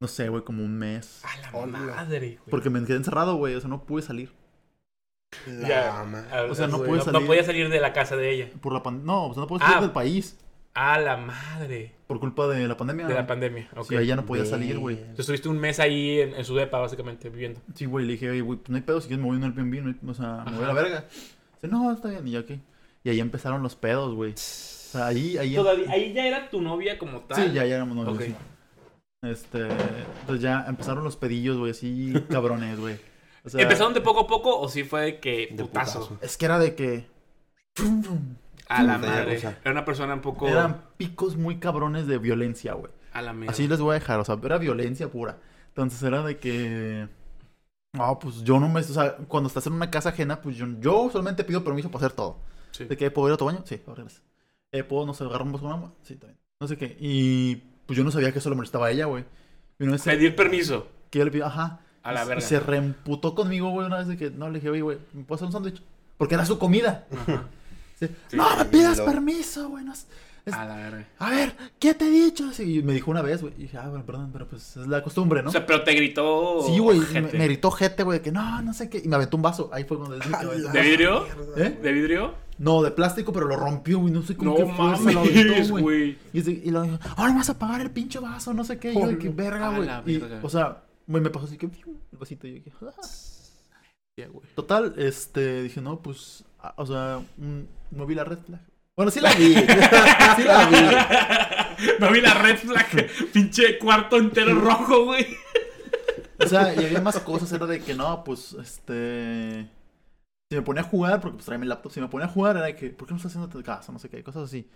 No sé, güey, como un mes.
A la
Hola.
madre, güey.
Porque me quedé encerrado, güey, o sea, no pude salir.
La
Ya, Ah,
ma-
a-
O sea, no
güey,
puede salir.
podía salir de la casa de ella.
Por la pandemia. No, o sea, no pude
Ah.
salir del país.
A la madre.
Por culpa de la pandemia.
De la pandemia. Ok.
Ah. Sí, ahí ya no podía salir, güey.
Bien.
Entonces estuviste un mes ahí en, en su depa, básicamente, viviendo.
Sí, güey, le dije, oye, güey, pues no hay pedo, si quieres me voy en el Airbnb, no hay- o sea, me voy a la
Ajá.
verga. Dice, no, está bien, y ya qué. Y ahí empezaron los pedos, güey. O sea, ahí, ahí. em,
Todavía, ahí ya era tu novia como tal.
Sí, ya, ya éramos novios.
Ok.
sí. Este, entonces ya empezaron los pedillos, güey, así cabrones, güey. O sea,
¿Empezaron de poco a poco o sí fue de que
De
putazo?
putazo.
Es que era de que. frum, frum.
A la
Puta, ya,
madre.
o sea.
Era una persona un poco.
Eran picos muy cabrones de violencia, güey.
A la mierda.
Así les voy a dejar, o sea, era violencia pura. Entonces era de que. No, pues yo no me. O sea, cuando estás en una casa ajena, pues yo, yo solamente pido permiso para hacer todo.
Sí.
De que puedo ir a tu baño, sí, ahora regresas. Eh, puedo, no sé, agarrar un vaso con agua, sí, también. No sé qué. Y pues yo no sabía que eso lo molestaba a ella, güey. Y una vez se-
Pedir permiso.
que yo le pido, ajá.
A la
Y
verga.
se reemputó conmigo, güey, una vez de que no le dije, oye, güey, ¿me puedo hacer un sándwich? Porque era su comida.
Ajá.
Sí,
Sí,
no, me pidas
lo-
permiso, güey. no es- es-
A la verga.
a ver, ¿qué te he dicho? Sí, y me dijo una vez, güey. Y dije, ah, bueno, perdón, pero pues es la costumbre, ¿no?
O sea, pero te gritó.
sí, güey. Me,
ojete.
me gritó gente, güey, de que no, no sé qué. Y me aventó un vaso. Ahí fue cuando.
A la
¿De vidrio?
mierda,
¿Eh?
güey.
¿De vidrio?
No, de plástico, pero lo rompió, güey. No sé cómo
No
que fue, se lo
mames,
aventó, güey.
güey.
Y, dice- y lo dijo, ahora me vas a pagar el pinche vaso, no sé qué. Y yo de que
Ponlo.
verga,
A
güey.
la
Y,
verga.
O sea, güey, me pasó así que fiu, el vasito. Y yo dije, ah. Total, este, dije, no, pues, ah, o sea, mm, no vi la red flag. Bueno, sí la vi. sí la vi.
No vi la red flag. Pinche cuarto entero rojo, güey.
O sea, y había más cosas, era de que no, pues, este. Si me ponía a jugar, porque pues traía mi laptop, si me ponía a jugar era de que, ¿por qué no estás haciendo caso? No sé qué, cosas así.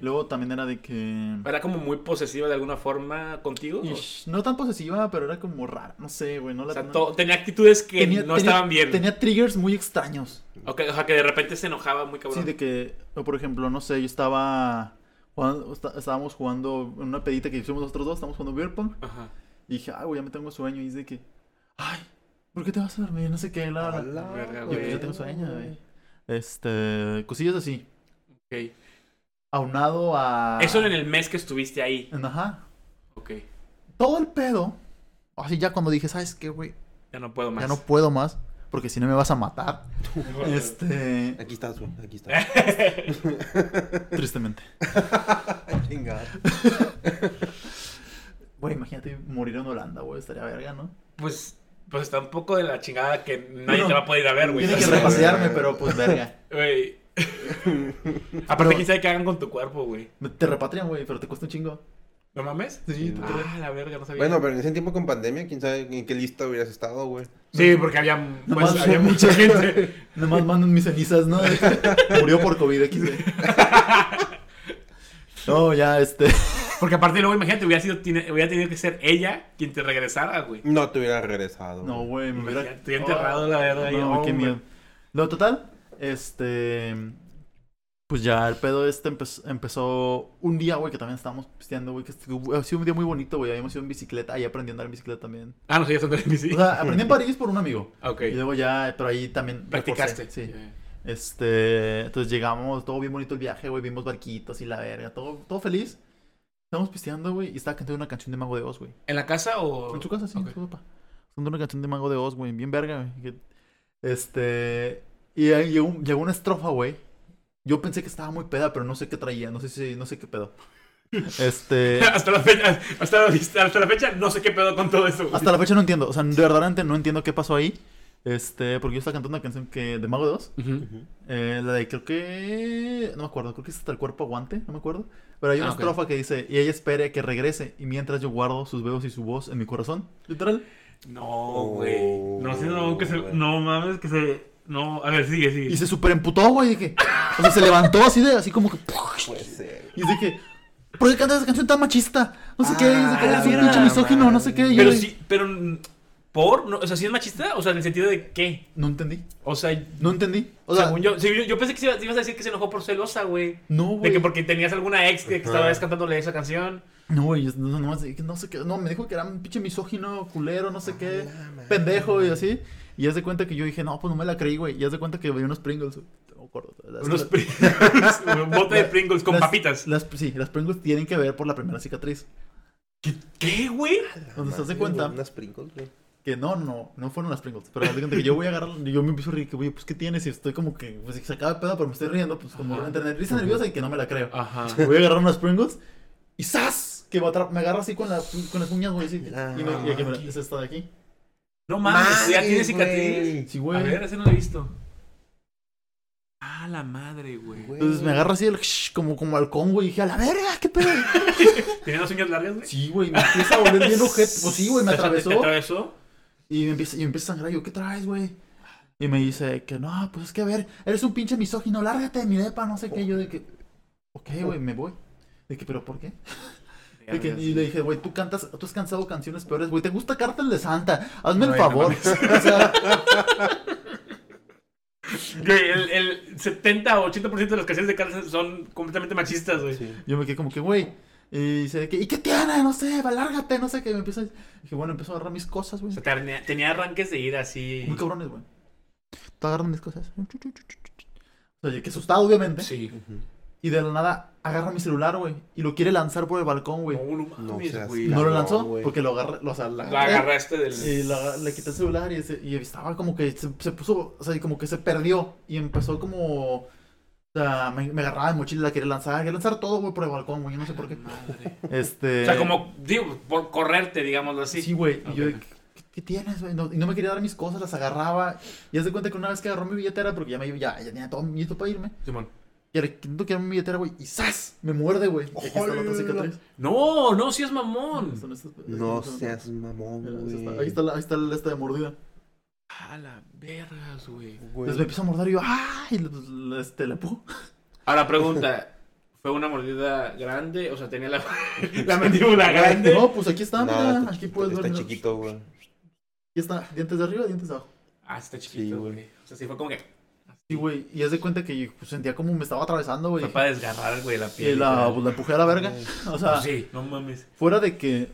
Luego también era de que.
Era como muy posesiva de alguna forma contigo.
Ish, no tan posesiva, pero era como rara. No sé, güey, no la
O sea,
no-
to- tenía actitudes que
tenía-
no
tenía-
estaban bien.
Tenía triggers muy extraños.
Ok, o sea, que de repente se enojaba muy cabrón.
Sí, de que, o por ejemplo, no sé, yo estaba. jugando- está- estábamos jugando en una pedita que hicimos nosotros dos, estábamos jugando beer pong.
Ajá.
Y dije, ay, güey, ya me tengo sueño. Y dice que, ay, ¿por qué te vas a dormir? No sé qué, la, la,
Hola,
Verga,
Yo, pues,
güey.
yo tengo sueño, güey. Este, cosillas así.
Ok.
Aunado a.
Ah. Eso en el mes que estuviste ahí.
en- Ajá.
Ok.
Todo el pedo. Así ya cuando dije, ¿sabes qué, güey?
Ya no puedo más.
Ya no puedo más. Porque si no me vas a matar. este.
Aquí estás, güey. Aquí estás.
Tristemente.
Chingado.
Güey, imagínate morir en Holanda, güey. Estaría verga, ¿no?
Pues, pues está un poco de la chingada que nadie
No.
te va a poder ir a ver, güey.
Tiene
O
que
sea,
repasearme, pero pues verga.
güey. Aparte, quién sabe qué hagan con tu cuerpo, güey.
Te repatrian, güey, pero te cuesta un chingo.
¿No mames?
Sí, te traen.
Ah, la verga, no sabía.
Bueno, pero en ese tiempo con pandemia, quién sabe en qué lista hubieras estado, güey.
Sí, porque había, pues,
Nomás-
había mucha gente.
Nomás mandan mis cenizas, ¿no? Murió por COVID XD. No, ya, este.
Porque aparte luego, imagínate, hubiera, sido, tiene- hubiera tenido que ser ella quien te regresara, güey.
No te hubieras regresado.
No, güey, me hubiera.
Estoy enterrado, la verdad.
No,
yo,
qué
hombre.
miedo. Lo total, este. Pues ya el pedo este empe- empezó un día, güey, que también estábamos pisteando, güey, que estuvo- ha sido un día muy bonito, güey. Habíamos ido en bicicleta, ahí aprendí a andar en bicicleta también.
Ah, no, sí, ya son de bici.
O sea, aprendí en París por un amigo.
Ok.
Y luego ya, pero ahí también. reforcé,
Practicaste.
Sí. Este, entonces llegamos, todo bien bonito el viaje, güey, vimos barquitos y la verga, todo, todo feliz. Estábamos pisteando, güey, y estaba cantando una canción de Mago de Oz, güey.
¿En la casa o...?
En su casa, sí,
Ok.
en su papá. Cantando una canción de Mago de Oz, güey, bien verga, güey. que- Este, y ahí llegó, un- llegó una estrofa, güey. Yo pensé que estaba muy peda, pero no sé qué traía, no sé si, no sé qué pedo. Este,
hasta, la fecha, hasta, la, hasta la fecha no sé qué pedo con todo eso. güey.
hasta la fecha no entiendo, o sea, de verdad no entiendo qué pasó ahí. Este, porque yo estaba cantando una canción que de Mago de Oz.
Ujú.
Ujú.
Eh, la de creo que. No me acuerdo, creo que es hasta el cuerpo aguante, no me acuerdo. Pero hay una
Ah, ok.
estrofa que dice: Y ella espere a que regrese, y mientras yo guardo sus dedos y su voz en mi corazón. Literal.
No, güey. No, sí, no, que se... No, mames, que se... No, a ver, sigue, sigue.
Y se superemputó, güey. Dije: O sea, se levantó así de, así como que.
Puede ser.
Y dije: ¿Por qué cantas esa canción tan machista? No sé qué, dice que
Ah,
eres un
la
pinche misógino,
madre.
no sé qué. y yo
Pero
de-
sí, pero. mm, ¿Por? No, o sea, ¿sí es machista? O sea, en el sentido de qué?
No entendí,
O sea,
no entendí. O sea,
según yo, sí, yo, yo pensé que se iba- ibas a decir que se enojó por celosa, güey.
no,
De que
güey.
porque tenías alguna ex que, que
Ajá.
estabas cantándole esa canción.
No, güey, yo- no, no, no, así que no sé qué. No, me dijo que era un pinche misógino, culero, no sé qué. pendejo y así. Y haz de cuenta que yo dije, no, pues no me la creí, güey. Y haz de cuenta que había unos Pringles. güey. No me acuerdo. Las-
Unos
las-
Pringles. un bote de Pringles con
las-
papitas.
Las, sí, las Pringles tienen que ver por la primera cicatriz.
¿Qué, güey?
Donde se hace cuenta
Unas Pringles, güey.
que no, no, no fueron las Pringles. Pero haz de cuenta que yo voy a agarrar, yo me empiezo a reír, que, güey, pues ¿qué tienes? Y estoy como que, pues se acaba de pedo, pero me estoy riendo, pues como
Ajá.
una risa nerviosa y que no me la creo.
Ajá.
Voy a agarrar unas Pringles y ¡zas! Que me, atra- me agarra así con, la, con las uñas, güey. así.
Ah,
y me, y aquí me la- es esta de aquí.
No mames, ya tiene
Madre,
cicatriz.
Sí,
A
güey.
ver, ese no lo he visto. Ah, la madre, güey.
güey.
Entonces me agarra así el, como, como halcón, güey. Y dije, a la verga, qué pedo.
¿Tenía las uñas largas, güey?
Sí, güey, me empieza a volver bien ojete. Pues sí, güey, me
O sea, ¿Te,
atravesó.
te atravesó?
Y me empieza, y me empieza a sangrar. Yo, ¿qué traes, güey? Y me dice que no, pues es que a ver, eres un pinche misógino, lárgate de mi depa, no sé qué. Yo de que, ok, güey, me voy. De que, ¿pero por qué? De que- y le dije, güey, tú cantas, tú has cantado canciones peores, güey, ¿te gusta Cartel de Santa? Hazme el
Güey, no
favor. o sea,
Güey, el, el 70 o 80% de las canciones de Carlos son completamente machistas, güey.
Sí.
yo me quedé como que, güey. Y dice, de que, ¿y qué tiene? No sé, va, lárgate, no sé qué. Y me empieza a... Dije, bueno, empezó a agarrar mis cosas, güey.
O sea, tenía, tenía arranques de ir así.
Muy cabrones, güey. Te agarran mis cosas. Oye, que asustado, obviamente.
Sí.
Y de la nada agarra mi celular, güey. Y lo quiere lanzar por el balcón, güey.
No, no
No
mames,
seas
güey.
Y no lo
cabrón,
lanzó
güey.
porque lo agarré, lo, o sea, la
La
agarré,
agarraste del.
Y la- le quité el celular y, se- y estaba como que se, se puso, o sea, y como que se perdió. Y empezó como. O sea, me, me agarraba de mochila, la quería lanzar. Quería lanzar todo, güey, por el balcón, güey. Yo no sé por qué.
Madre.
Este.
O sea, como, digo, por correrte, digámoslo así.
Sí, güey. Y yo,
Ok.
de, ¿qué, qué tienes, güey? No- y no me quería dar mis cosas, las agarraba. Y hace cuenta que una vez que agarró mi billetera, porque ya, me, ya, ya tenía todo listo para irme.
Simón.
Y ahora quinto que era mi billetera, güey. Y ¡zas! Me muerde, güey. Y aquí está la otra cicatriz.
No, no, si es mamón.
Esta no está- esta
No
está-
seas
Mira,
mamón,
esta está-
güey.
Ahí está, la, ahí está la esta de mordida.
A la vergas, güey.
Güey.
Pues,
Entonces me empiezo a morder y yo, ¡ay! Y le- le- Este, le pujo.
Ahora pregunta. ¿Fue una mordida grande? O sea, tenía la, la mandíbula grande.
No, pues aquí está,
No,
mira.
está
aquí
chiquito,
puedes ver.
Está
mira.
chiquito, güey.
Aquí está, dientes de arriba, dientes de abajo.
Ah, está
Sí,
chiquito,
güey.
güey. O sea, sí fue como que.
Sí, güey. Y haz de cuenta que yo, pues, sentía como me estaba atravesando, güey.
Fue para desgarrar, güey, la
Y
piel.
la,
literal. Pues
pues, la empujé a la verga. O sea,
Sí, no mames.
fuera de que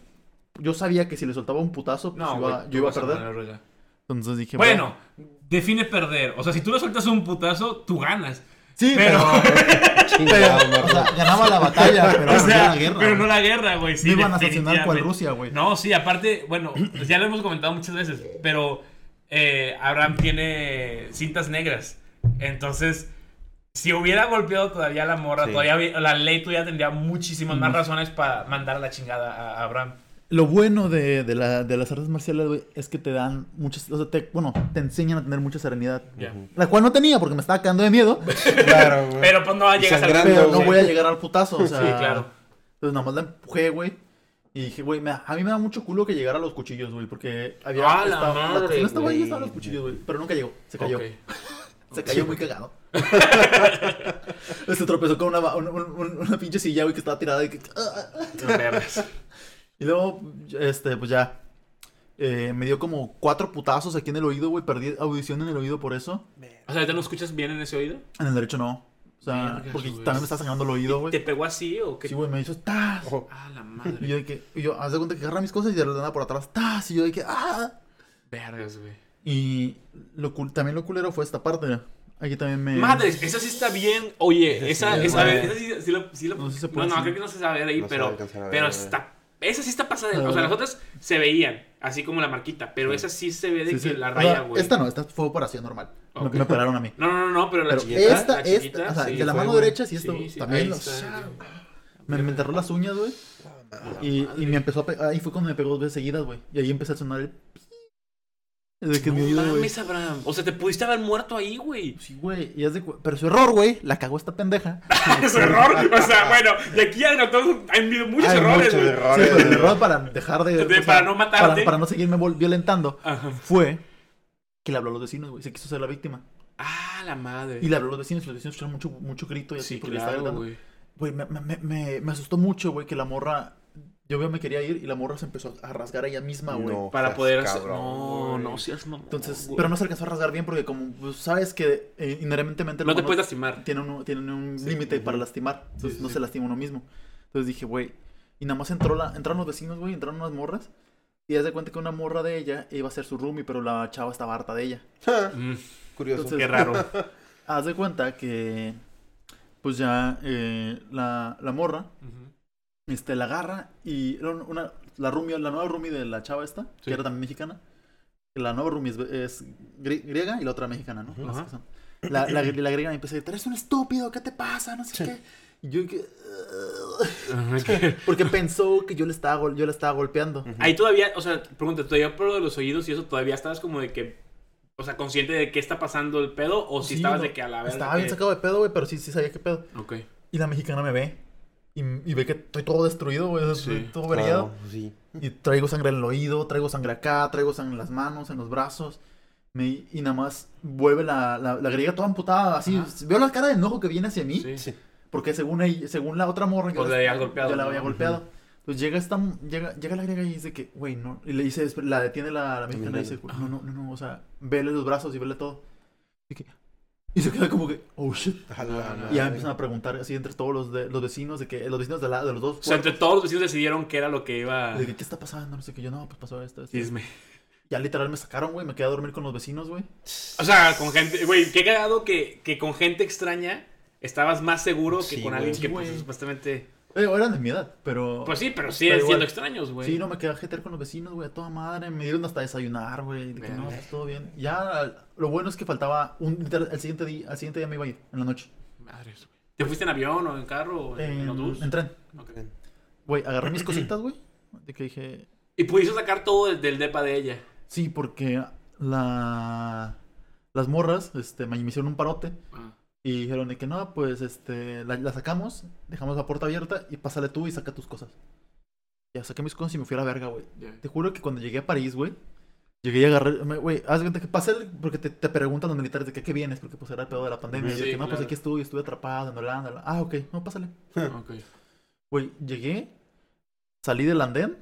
yo sabía que si le soltaba un putazo, pues,
No,
iba-
güey, tú
yo iba a
vas
perder.
ganar, verga.
Entonces dije,
Bueno, define perder. O sea, si tú le sueltas un putazo, tú ganas.
Sí, pero.
pero-
pero,
Chingado,
o
morro.
sea, ganaba la batalla, pero
o
perdía
sea,
la guerra.
pero
güey.
no la guerra, güey. Sí,
No iban a sancionar cual
definitivamente.
Rusia, güey.
No, sí, aparte, bueno, pues ya lo hemos comentado muchas veces, pero eh, Abraham tiene cintas negras. Entonces, si hubiera golpeado todavía a la morra,
Sí.
todavía hubi- la ley todavía tendría muchísimas más
Ujú.
razones para mandar a la chingada a- a Abraham.
Lo bueno de, de, la, de las artes marciales, güey, es que te dan muchas. O sea, te, bueno, te enseñan a tener mucha serenidad.
Ya.
La cual no tenía porque me estaba cagando de miedo.
Claro, güey.
Pero pues no
Y
llegas al
sangrando,
Pero
güey.
no voy a llegar al putazo, o sea.
Sí, claro.
Entonces, nada más la empujé, güey. Y dije, güey, me da- a mí me da mucho culo que llegara a los cuchillos, güey, porque había...
¡A Ah, la
estaba,
madre,
cocina estaba ahí,
güey!
estaban los cuchillos, güey, pero nunca llegó, se cayó.
Ok.
Se cayó muy cagado. se tropezó con una, ba- un- un- un- una pinche silla, güey, que estaba tirada y que... ah,
No, vergas.
Y luego, este, pues ya. eh, me dio como cuatro putazos aquí en el oído, güey. Perdí audición en el oído por eso.
O sea, ¿ahorita no escuchas bien en ese oído?
En el derecho no. O sea,
Vergas,
porque
güey.
también me está sangrando el oído,
¿Te
güey.
pegó así o qué?
Sí, güey, me hizo ¡tas!
Ojo.
Ah, la
Y
madre.
yo de que, y yo, haz de cuenta que agarra mis cosas y de la nada por atrás, ¡tas! Y yo de que, ¡ah!
Vergas, güey.
Y lo cul- también lo culero fue esta parte. Aquí también me.
Madres, esa sí está bien. Oye, esa,
sí,
esa, a
güey.
ver, esa sí, sí lo, sí lo-
No sé si se
No,
puede
no,
decir.
creo que no se sabe ver ahí,
No se va a
pero,
alcanzar a ver,
pero
güey.
está. Esa sí está pasada.
Ah,
o sea, las
bueno.
otras se veían, así como la marquita, pero esa sí se ve
Sí,
de que
sí.
la
O sea,
raya, güey.
Esta no, esta fue operación normal. Me-
Ok.
Me, operaron a mí.
No, no, no, no, pero la
Pero
chiquita.
esta,
la
esta,
chiquita,
o sea,
sí,
de la
fue,
mano
güey.
derecha sí, esto también
ahí
lo-
está.
Me, me enterró las uñas, güey. Y, y me empezó a pe- Ahí fue cuando me pegó dos veces seguidas, güey. Y ahí empezó a sonar el. pi. Desde que
No
me oído, güey.
mames, Abraham. O sea, te pudiste haber muerto ahí, güey.
Sí, güey. y haz de cu- Pero su error, güey. La cagó esta pendeja.
Es error. O sea, bueno, de aquí a nosotros hay muchos
Hay
errores,
muchos
güey.
Sí,
errores,
pero el
güey.
error para dejar de.
De- para no matarte.
Para, para no seguirme vol- violentando.
Ajá.
Fue que le habló a los vecinos, güey. Se quiso ser la víctima.
Ah, la madre.
Y le habló a los vecinos. Y los vecinos escucharon mucho, mucho grito y así.
Sí,
porque le estaba
claro,
gritando.
güey.
Güey, me, me- me- me- me asustó mucho, güey, que la morra. Yo ya me quería ir y la morra se empezó a rasgar a ella misma, güey.
No
Para
seas
poder hacer.
cabrón,
No,
güey.
no seas mamón.
Entonces,
güey.
pero no se alcanzó a rasgar bien porque como pues, sabes que eh, inherentemente el
No te
humano
puedes lastimar.
tiene un, tiene un límite para lastimar, entonces no se lastima uno mismo. Entonces dije, güey, y nada más entró la, entraron los vecinos, güey, entraron unas morras y haz de cuenta que una morra de ella iba a ser su roomie, pero la chava estaba harta de ella.
Ja,
Mm,
Curioso.
Entonces-
qué raro.
Haz de cuenta que pues ya eh, la, la morra este, la agarra y era un- una, la roomie, la nueva roomie de la chava esta,
Sí.
que era también mexicana. La nueva roomie es, es grie- griega y la otra mexicana, ¿no?
Ujú.
Las
Ajá.
que son. La, la, la griega me empieza a decir, eres un estúpido, ¿qué te pasa? No sé qué. Y yo que...
Ajá, es que-
Porque pensó que yo le estaba, gol- yo le estaba golpeando.
Ahí todavía, o sea, pregunta, ¿todavía por lo de los oídos y eso todavía estabas como de que. O sea, consciente de qué está pasando el pedo o si
Sí,
estabas
no,
de que a la verga.
Estaba bien
que-
sacado de pedo, güey, pero sí, sí sabía qué pedo.
Ok.
Y la mexicana me ve. Y, y ve que estoy todo destruido, güey.
Sí,
todo
Claro,
averiado.
sí.
Y traigo sangre en el oído, traigo sangre acá, traigo sangre en las manos, en los brazos. Me- y nada más vuelve la, la, la griega toda amputada, así.
Ajá.
Veo la cara de enojo que viene hacia mí.
Sí.
Sí.
Porque según, ella- según la otra morra...
Pues
la
la habías golpeado,
Yo la
¿no?
había
Ujú.
golpeado. Entonces llega esta... Llega, llega la griega y dice que... Güey, no... Y le dice... La detiene la, la mexicana y dice... "Güey, No, no, no, no. O sea, vele los brazos y vele todo. Y, que- y se queda como que... Oh, shit.
A la
Y ya me
madre.
empiezan a preguntar así entre todos los, de, los vecinos de que... Los vecinos de, la, de los dos...
O sea, entre todos los vecinos decidieron qué era lo que iba.
Le dije, ¿qué está pasando? No sé qué. Yo, no, pues pasó esto. esto".
Chisme.
Ya literal me sacaron, güey. Me quedé a dormir con los vecinos, güey.
O sea, con gente. Güey, qué cagado que, que con gente extraña estabas más seguro que
Sí,
con alguien
güey.
que
Sí,
pues,
güey.
supuestamente.
Eh, eran de mi edad, pero.
Pues sí, pero
Pero
siguen
igual.
siendo extraños, güey.
Sí, no, me quedé a jeter con los vecinos, güey, a toda madre. Me dieron hasta desayunar, güey. De que no,
Verga.
pues todo bien. Ya, lo bueno es que faltaba un. literal, El siguiente día, al siguiente día me iba a ir, en la noche.
Madres, güey. ¿Te fuiste en avión o en carro o en,
En,
autobús?
en tren.
Ok.
Güey, agarré mis cositas, güey. De que dije.
Y pudiste sacar todo del, del depa de ella.
Sí, porque la. Las morras, este, me me hicieron un parote.
Ah,
Y dijeron de que no, pues este, la, la sacamos, dejamos la puerta abierta y pásale tú y saca tus cosas. Ya saqué mis cosas y me fui a la verga, güey.
Ya.
Te juro que cuando llegué a París, güey, llegué y agarré, me- güey, haz de cuenta que pasé, el- porque te, te preguntan los militares de que qué vienes, porque pues era el pedo de la pandemia. y
Sí,
yo de que no,
claro.
pues aquí estuve, estuve atrapado en Holanda. la- Ah, ok, no, pásale.
Ok.
Güey, llegué, salí del andén,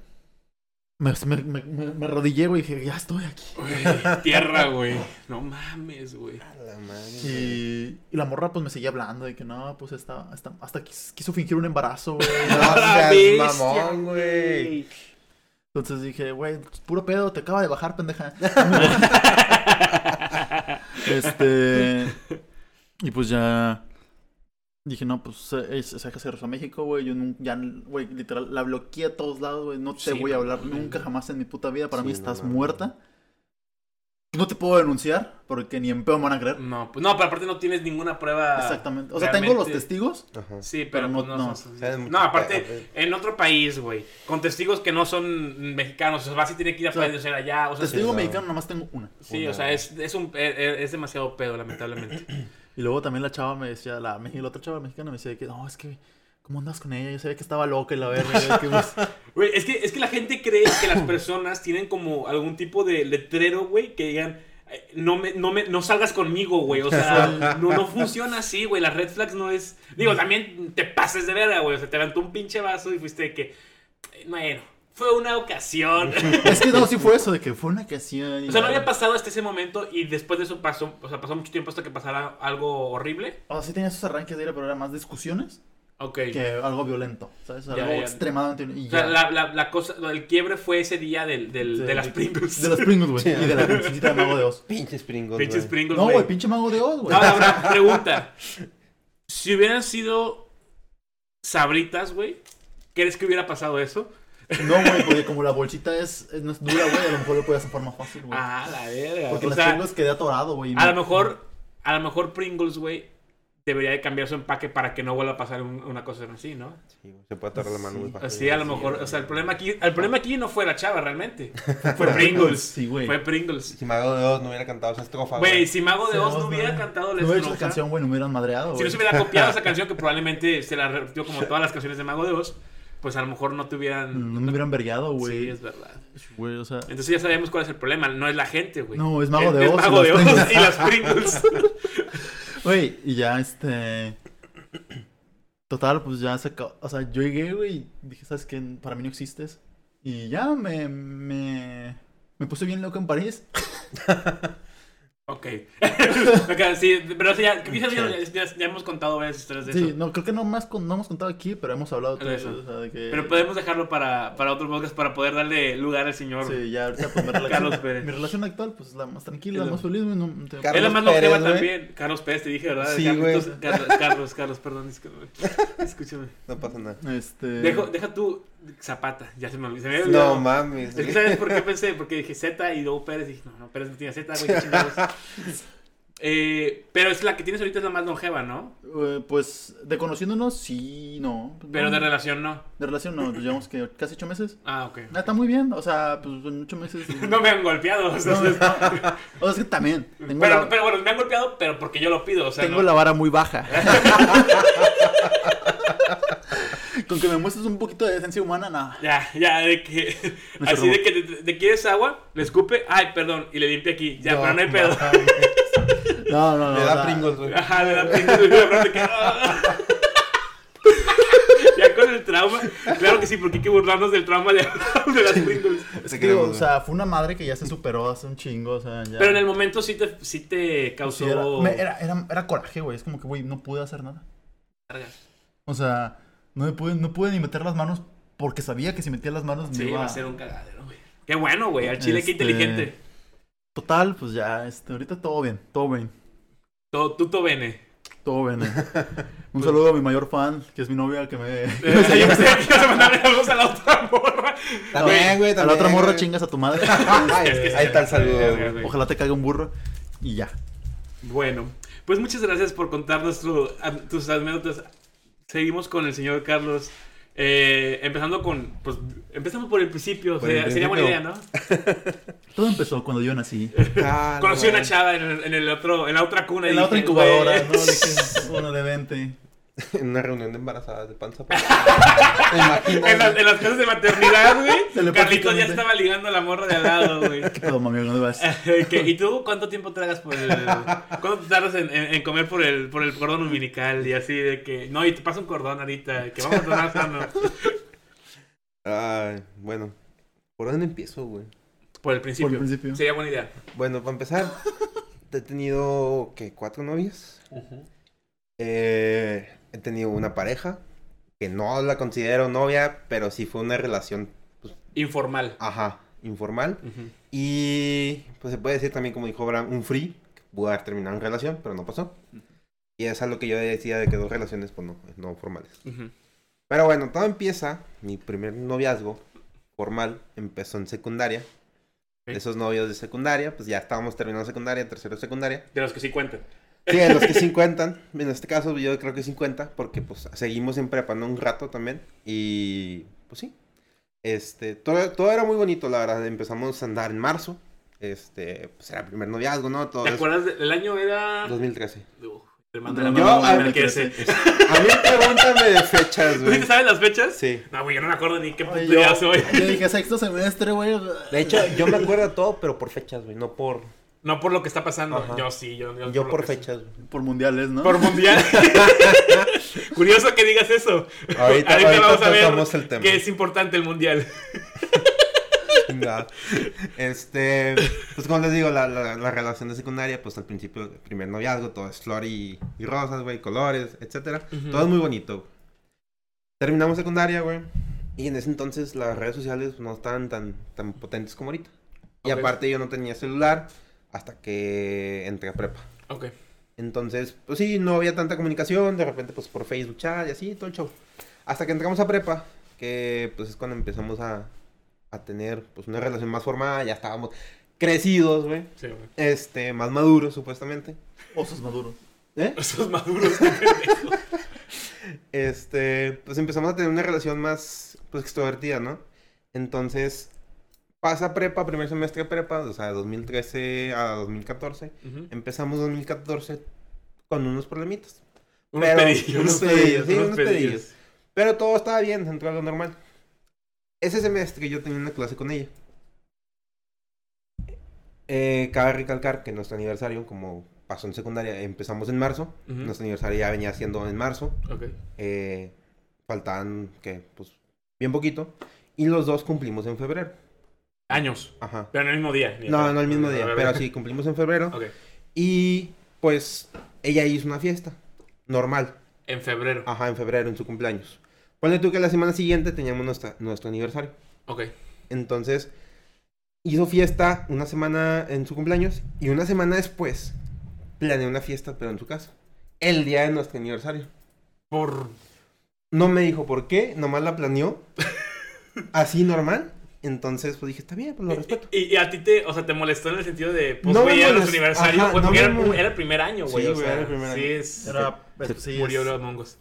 me, me, me, me- me arrodillé, güey, y dije, ya estoy aquí.
Güey, tierra, güey. No mames, güey.
A la madre.
Y, y la morra pues me seguía hablando de que no, pues hasta, hasta, hasta quis- quiso fingir un embarazo, güey.
No
La
seas
bestia,
mamón, güey.
Entonces dije, güey, puro pedo, te acaba de bajar, pendeja. este. Y pues ya. Dije, no, pues eh, es- esa que se regresó a México, güey. Yo nun- ya, güey, literal, la bloqueé a todos lados, güey. No te
Sí,
voy a
no
hablar
mames.
nunca, jamás en mi puta vida. Para
Sí,
mí
no
estás
mames.
muerta. No te puedo denunciar, porque ni en pedo me van a creer.
No, pues no, pero aparte no tienes ninguna prueba.
Exactamente. O sea,
Ah, realmente-
tengo los testigos.
Ajá.
Sí, pero,
pero no-
pues, no,
no.
son-
O sea, es mucho
No, aparte,
pedo,
en otro país, güey. Con testigos que no son mexicanos. O sea, vas y tiene que ir a
O sea,
padecer allá. O sea,
Testigo
sí, no.
mexicano, nomás tengo una.
sí, o sea, es, es, un, es, es demasiado pedo, lamentablemente.
Y luego también la chava me decía, la, me- la otra chava mexicana me decía de que no, es que ¿Cómo andas con ella? Yo sabía que estaba loca y la verga. ya que, pues,
Güey, es que, es que la gente cree que las personas tienen como algún tipo de letrero, güey, que digan, eh, no, me, no, me, no salgas conmigo, güey. O sea, no, no funciona así, güey. Las red flags no es... Digo, también te pases de verga, güey. O sea, te levantó un pinche vaso y fuiste de que... eh, Bueno, fue una ocasión.
es que no, sí fue eso, de que fue una ocasión. y
O sea, no
la-
había pasado hasta ese momento y después de eso pasó, o sea, pasó mucho tiempo hasta que pasara algo horrible.
O sea, sí tenía esos arranques de ira, pero eran más discusiones
Ok.
que algo violento, ¿sabes? Algo
ya.
extremadamente... Y
O sea,
ya.
la, la- la cosa, el quiebre fue ese día del, del- de, las Pringles.
De las Pringles, güey. Y de la cancioncita de Mago de Oz.
Pinches pringos,
Pinches
güey.
Pringles,
No,
güey. Ah.
güey, pinche Mago de Oz, güey.
No, ahora, pregunta. Si hubieran sido sabritas, güey, ¿crees que hubiera pasado eso?
No, güey, porque como la bolsita es, es- no es dura, güey, a lo mejor lo podías hacer forma fácil, güey.
Ah, la verga.
porque
O
las
sea,
Pringles quedé atorado, güey. y
a
no-
lo mejor, a lo mejor Pringles, güey, debería de cambiar su empaque para que no vuelva a pasar un- una cosa así, ¿no?
Sí, güey, se puede atorrar la mano muy fácil.
Así a lo
Sí,
mejor,
güey.
o sea, el problema aquí, el problema aquí no fue la chava realmente. Fue Pringles.
Sí, güey.
Fue Pringles.
Si Mago de Oz no hubiera cantado esa estrofa,
Güey, si Mago de
Sí,
Oz
no,
no hubiera
No
cantado la
hubiera hecho
estrofa,
la canción, güey, no me hubieran madreado,
Si no
güey.
se hubiera copiado esa canción, que probablemente se la repitió como todas las canciones de Mago de Oz, pues a lo mejor no te hubieran.
No me hubieran vergueado,
Sí,
güey.
es verdad.
Güey, o sea...
Entonces ya sabemos cuál es el problema. No es la gente, güey.
No, es Mago de
Es
Oz y
Mago de
las
Oz
Pringles.
y las Pringles.
Güey, y ya, este... Total, pues ya se acabó. O sea, yo llegué, güey, y dije, ¿sabes qué? Para mí no existes. Y ya me... Me, me puse bien loco en París.
ok. Ok, sí, pero sí, ya, quizás ya, ya- ya hemos contado varias historias de
Sí,
eso.
no, creo que no, más con- no hemos contado aquí, pero hemos hablado
De
todo
eso.
eso. O sea, de que...
Pero podemos dejarlo para, para otro podcast para poder darle lugar al señor.
Sí, ya ahorita pues, mi, relación,
Carlos Pérez.
mi relación actual pues es la más tranquila,
Es
la
la-
más feliz. güey, No, no te-
Car-
Es la
Carlos
más longeva
Pérez, güey.
también. Carlos Pérez, te dije, ¿verdad?
Sí,
Carlos,
güey.
entonces, Carlos, Carlos, Carlos, perdón, discúlpame. Escúchame.
No pasa nada.
Este...
Dejo- deja tú Zapata, ya se me olvidó. se me había olvidado.
No mames.
Es que
güey.
¿sabes por qué pensé? Porque dije Z y luego Pérez. Dije, no, no, Pérez no tiene Z, güey, qué chingados. Eh, pero es la que tienes ahorita es la más longeva, ¿no?
Eh, pues de conociéndonos, sí, no. pues,
Pero
no,
de relación no.
de relación no, pues, llevamos que casi ocho meses.
Ah, ok.
Ah, está muy bien, o sea, pues en ocho meses.
No me han golpeado. O sea,
No,
es-
no. O sea, es que también. Tengo,
pero,
la,
pero bueno, me han golpeado, pero porque yo lo pido. O sea,
tengo
no.
la vara muy baja. Con que me muestres un poquito de decencia humana, nada.
Ya, ya, de que.
Me
así de
robó.
que te, te- te quieres agua, le escupe, ay, perdón, y le limpia aquí. Ya, pero no hay pedo.
mames.
No, no, no.
Le
o
da
sea,
pringos, güey.
Ajá, le da pinche de pronto que. ah. Ya con el trauma, claro que sí, porque hay que burlarnos del trauma de, de las Pringles.
Es
Te
que, digo,
queremos,
o sea, fue una madre que ya se superó hace un chingo, o sea, ya.
Pero en el momento sí te, sí te causó.
Sí, era, me- era, era- era coraje, güey. Es como que, güey, no pude hacer nada.
Verga.
O sea, no, me pude, no pude ni meter las manos porque sabía que si metía las manos
Sí,
me iba
va a ser un cagadero, güey. Qué bueno, güey. Al chile, qué
Este-
inteligente.
Total, pues ya, este, ahorita todo bien, todo bien,
Todo, tú to bene.
todo bien. eh. Un saludo a mi mayor fan, que es mi novia, que me...
Eh, yo pensé que ibas a mandarle saludos a la otra morra.
También, güey.
a la otra
también,
morra
güey.
chingas a tu madre.
Ay,
Es que sí,
Ahí está el
sí,
saludo,
sí,
güey.
güey.
Ojalá te caiga un burro. Y ya.
Bueno, pues muchas gracias por contarnos tu- a- tus anécdotas. Seguimos con el señor Carlos. Eh, empezando con, pues, empezamos por el principio.
Por
sería,
el
sería buena idea,
principio.
¿no?
Todo empezó cuando yo nací.
Ah, no
Conocí una
mames.
chava en, el- en el otro, en la otra cuna. y
En la otra
dije,
incubadora,
güey,
¿no? Dije, bueno, de vente.
En una reunión de embarazadas de panza. pues. Te
En las,
imaginas.
en las casas de maternidad, güey. Carlitos ya
Telepáticamente.
estaba ligando a la morra de al lado, güey.
¿Qué pedo, mami? ¿Dónde vas?
¿Qué? ¿Y tú cuánto tiempo tragas por el. ¿Cuánto te tardas en, en- en comer por el, por el cordón umbilical? Y así de que. No, y te pasa un cordón ahorita. Que vamos a donar sano.
Ay, bueno. ¿Por dónde empiezo, güey?
Por el principio.
Por el principio.
Sería buena idea.
Bueno, para empezar, he tenido, ¿qué? ¿Cuatro novias? Eh, he tenido una pareja que no la considero novia, pero sí fue una relación,
Informal.
ajá, informal.
Ujú.
Y pues se puede decir también, como dijo Bram, un free, que pudo haber terminado en relación, pero no pasó. Y es a lo que yo decía de que dos relaciones, pues no, no formales.
Ujú.
Pero bueno, todo empieza, mi primer noviazgo formal empezó en secundaria.
Ok.
Esos novios de secundaria, pues ya estábamos terminando secundaria, tercero de secundaria.
De los que sí cuentan.
Sí, de los que 50, en este caso yo creo que 50, porque pues seguimos en prepa, ¿no? Un rato también. Y pues sí. Este, todo, todo era muy bonito, la verdad. Empezamos a andar en marzo. Este, pues era el primer noviazgo, ¿no? Todo
¿Te
es-
acuerdas? de- El año era.
2013.
Uf, hermano de la
Yo,
mamá
a-
enriquece.
A mí pregúntame de fechas,
¿Tú sí
güey.
te sabes las fechas?
Sí.
No, güey, yo no me acuerdo ni qué puto
Oye,
día
yo,
soy.
yo dije sexto semestre, güey.
De hecho, yo me acuerdo de todo, pero por fechas, güey. No por.
No por lo que está pasando.
Ajá.
Yo sí, yo, yo
Yo
lo
por
que sí.
fechas, güey.
Por mundiales, ¿no?
Por mundial. Curioso que digas eso.
Ahorita, ahorita
vamos a
tocamos
ver
el tema.
que es importante el mundial.
Chingado. Este, pues como les digo, la, la, la relación de secundaria, pues al principio, el primer noviazgo, todo es flor y, y rosas, güey, colores, etcétera.
Ujú.
Todo es muy bonito. güey. Terminamos secundaria, güey. Y en ese entonces las redes sociales no estaban tan, tan potentes como ahorita. Y
Ok.
aparte yo no tenía celular hasta que entré a prepa.
Ok.
Entonces, pues sí, no había tanta comunicación, de repente pues por Facebook chat y así, todo el show. Hasta que entramos a prepa, que pues es cuando empezamos a, a tener pues una relación más formada, ya estábamos crecidos, güey.
Sí, güey.
Este, más maduros supuestamente.
Osos maduros.
¿Eh?
Esos maduros. qué pendejo.
Este, pues empezamos a tener una relación más pues extrovertida, ¿no? Entonces, pasa prepa, primer semestre de prepa, o sea, de 2013 a 2014.
Ujú.
Empezamos 2014 con unos problemitas.
Unos
Pero-
pedillos.
unos pedillos, sí, unos pedillos. Pero todo estaba bien, dentro de lo normal. Ese semestre yo tenía una clase con ella. Eh, cabe recalcar que nuestro aniversario, como pasó en secundaria, empezamos en marzo.
Ujú.
Nuestro aniversario ya venía siendo en marzo.
Ok.
Eh, faltaban, que Pues bien poquito. Y los dos cumplimos en febrero.
Años.
Ajá.
Pero en el mismo día. ni
No,
acá.
no el mismo
A
día,
ver, a
pero
ver.
sí, cumplimos en febrero.
Ok.
Y pues ella hizo una fiesta. Normal.
En febrero.
Ajá, en febrero, en su cumpleaños. Ponle tú que la semana siguiente teníamos nuestra, nuestro aniversario.
Ok.
Entonces, hizo fiesta una semana en su cumpleaños y una semana después planeó una fiesta, pero en su casa. El día de nuestro aniversario.
Por.
No me dijo por qué, nomás la planeó. así normal. Entonces, pues dije, está bien, pues lo respeto.
Y, y a ti te, o sea, te molestó en el sentido de, pues,
No
güey,
me
era nuestro
molest-
aniversario,
Ajá,
güey,
no
porque
me
era,
mol-
era el primer año, güey.
Sí,
o
güey,
sea,
era el primer año.
Sí, es,
Era, es- sí, es-
murió los mongos.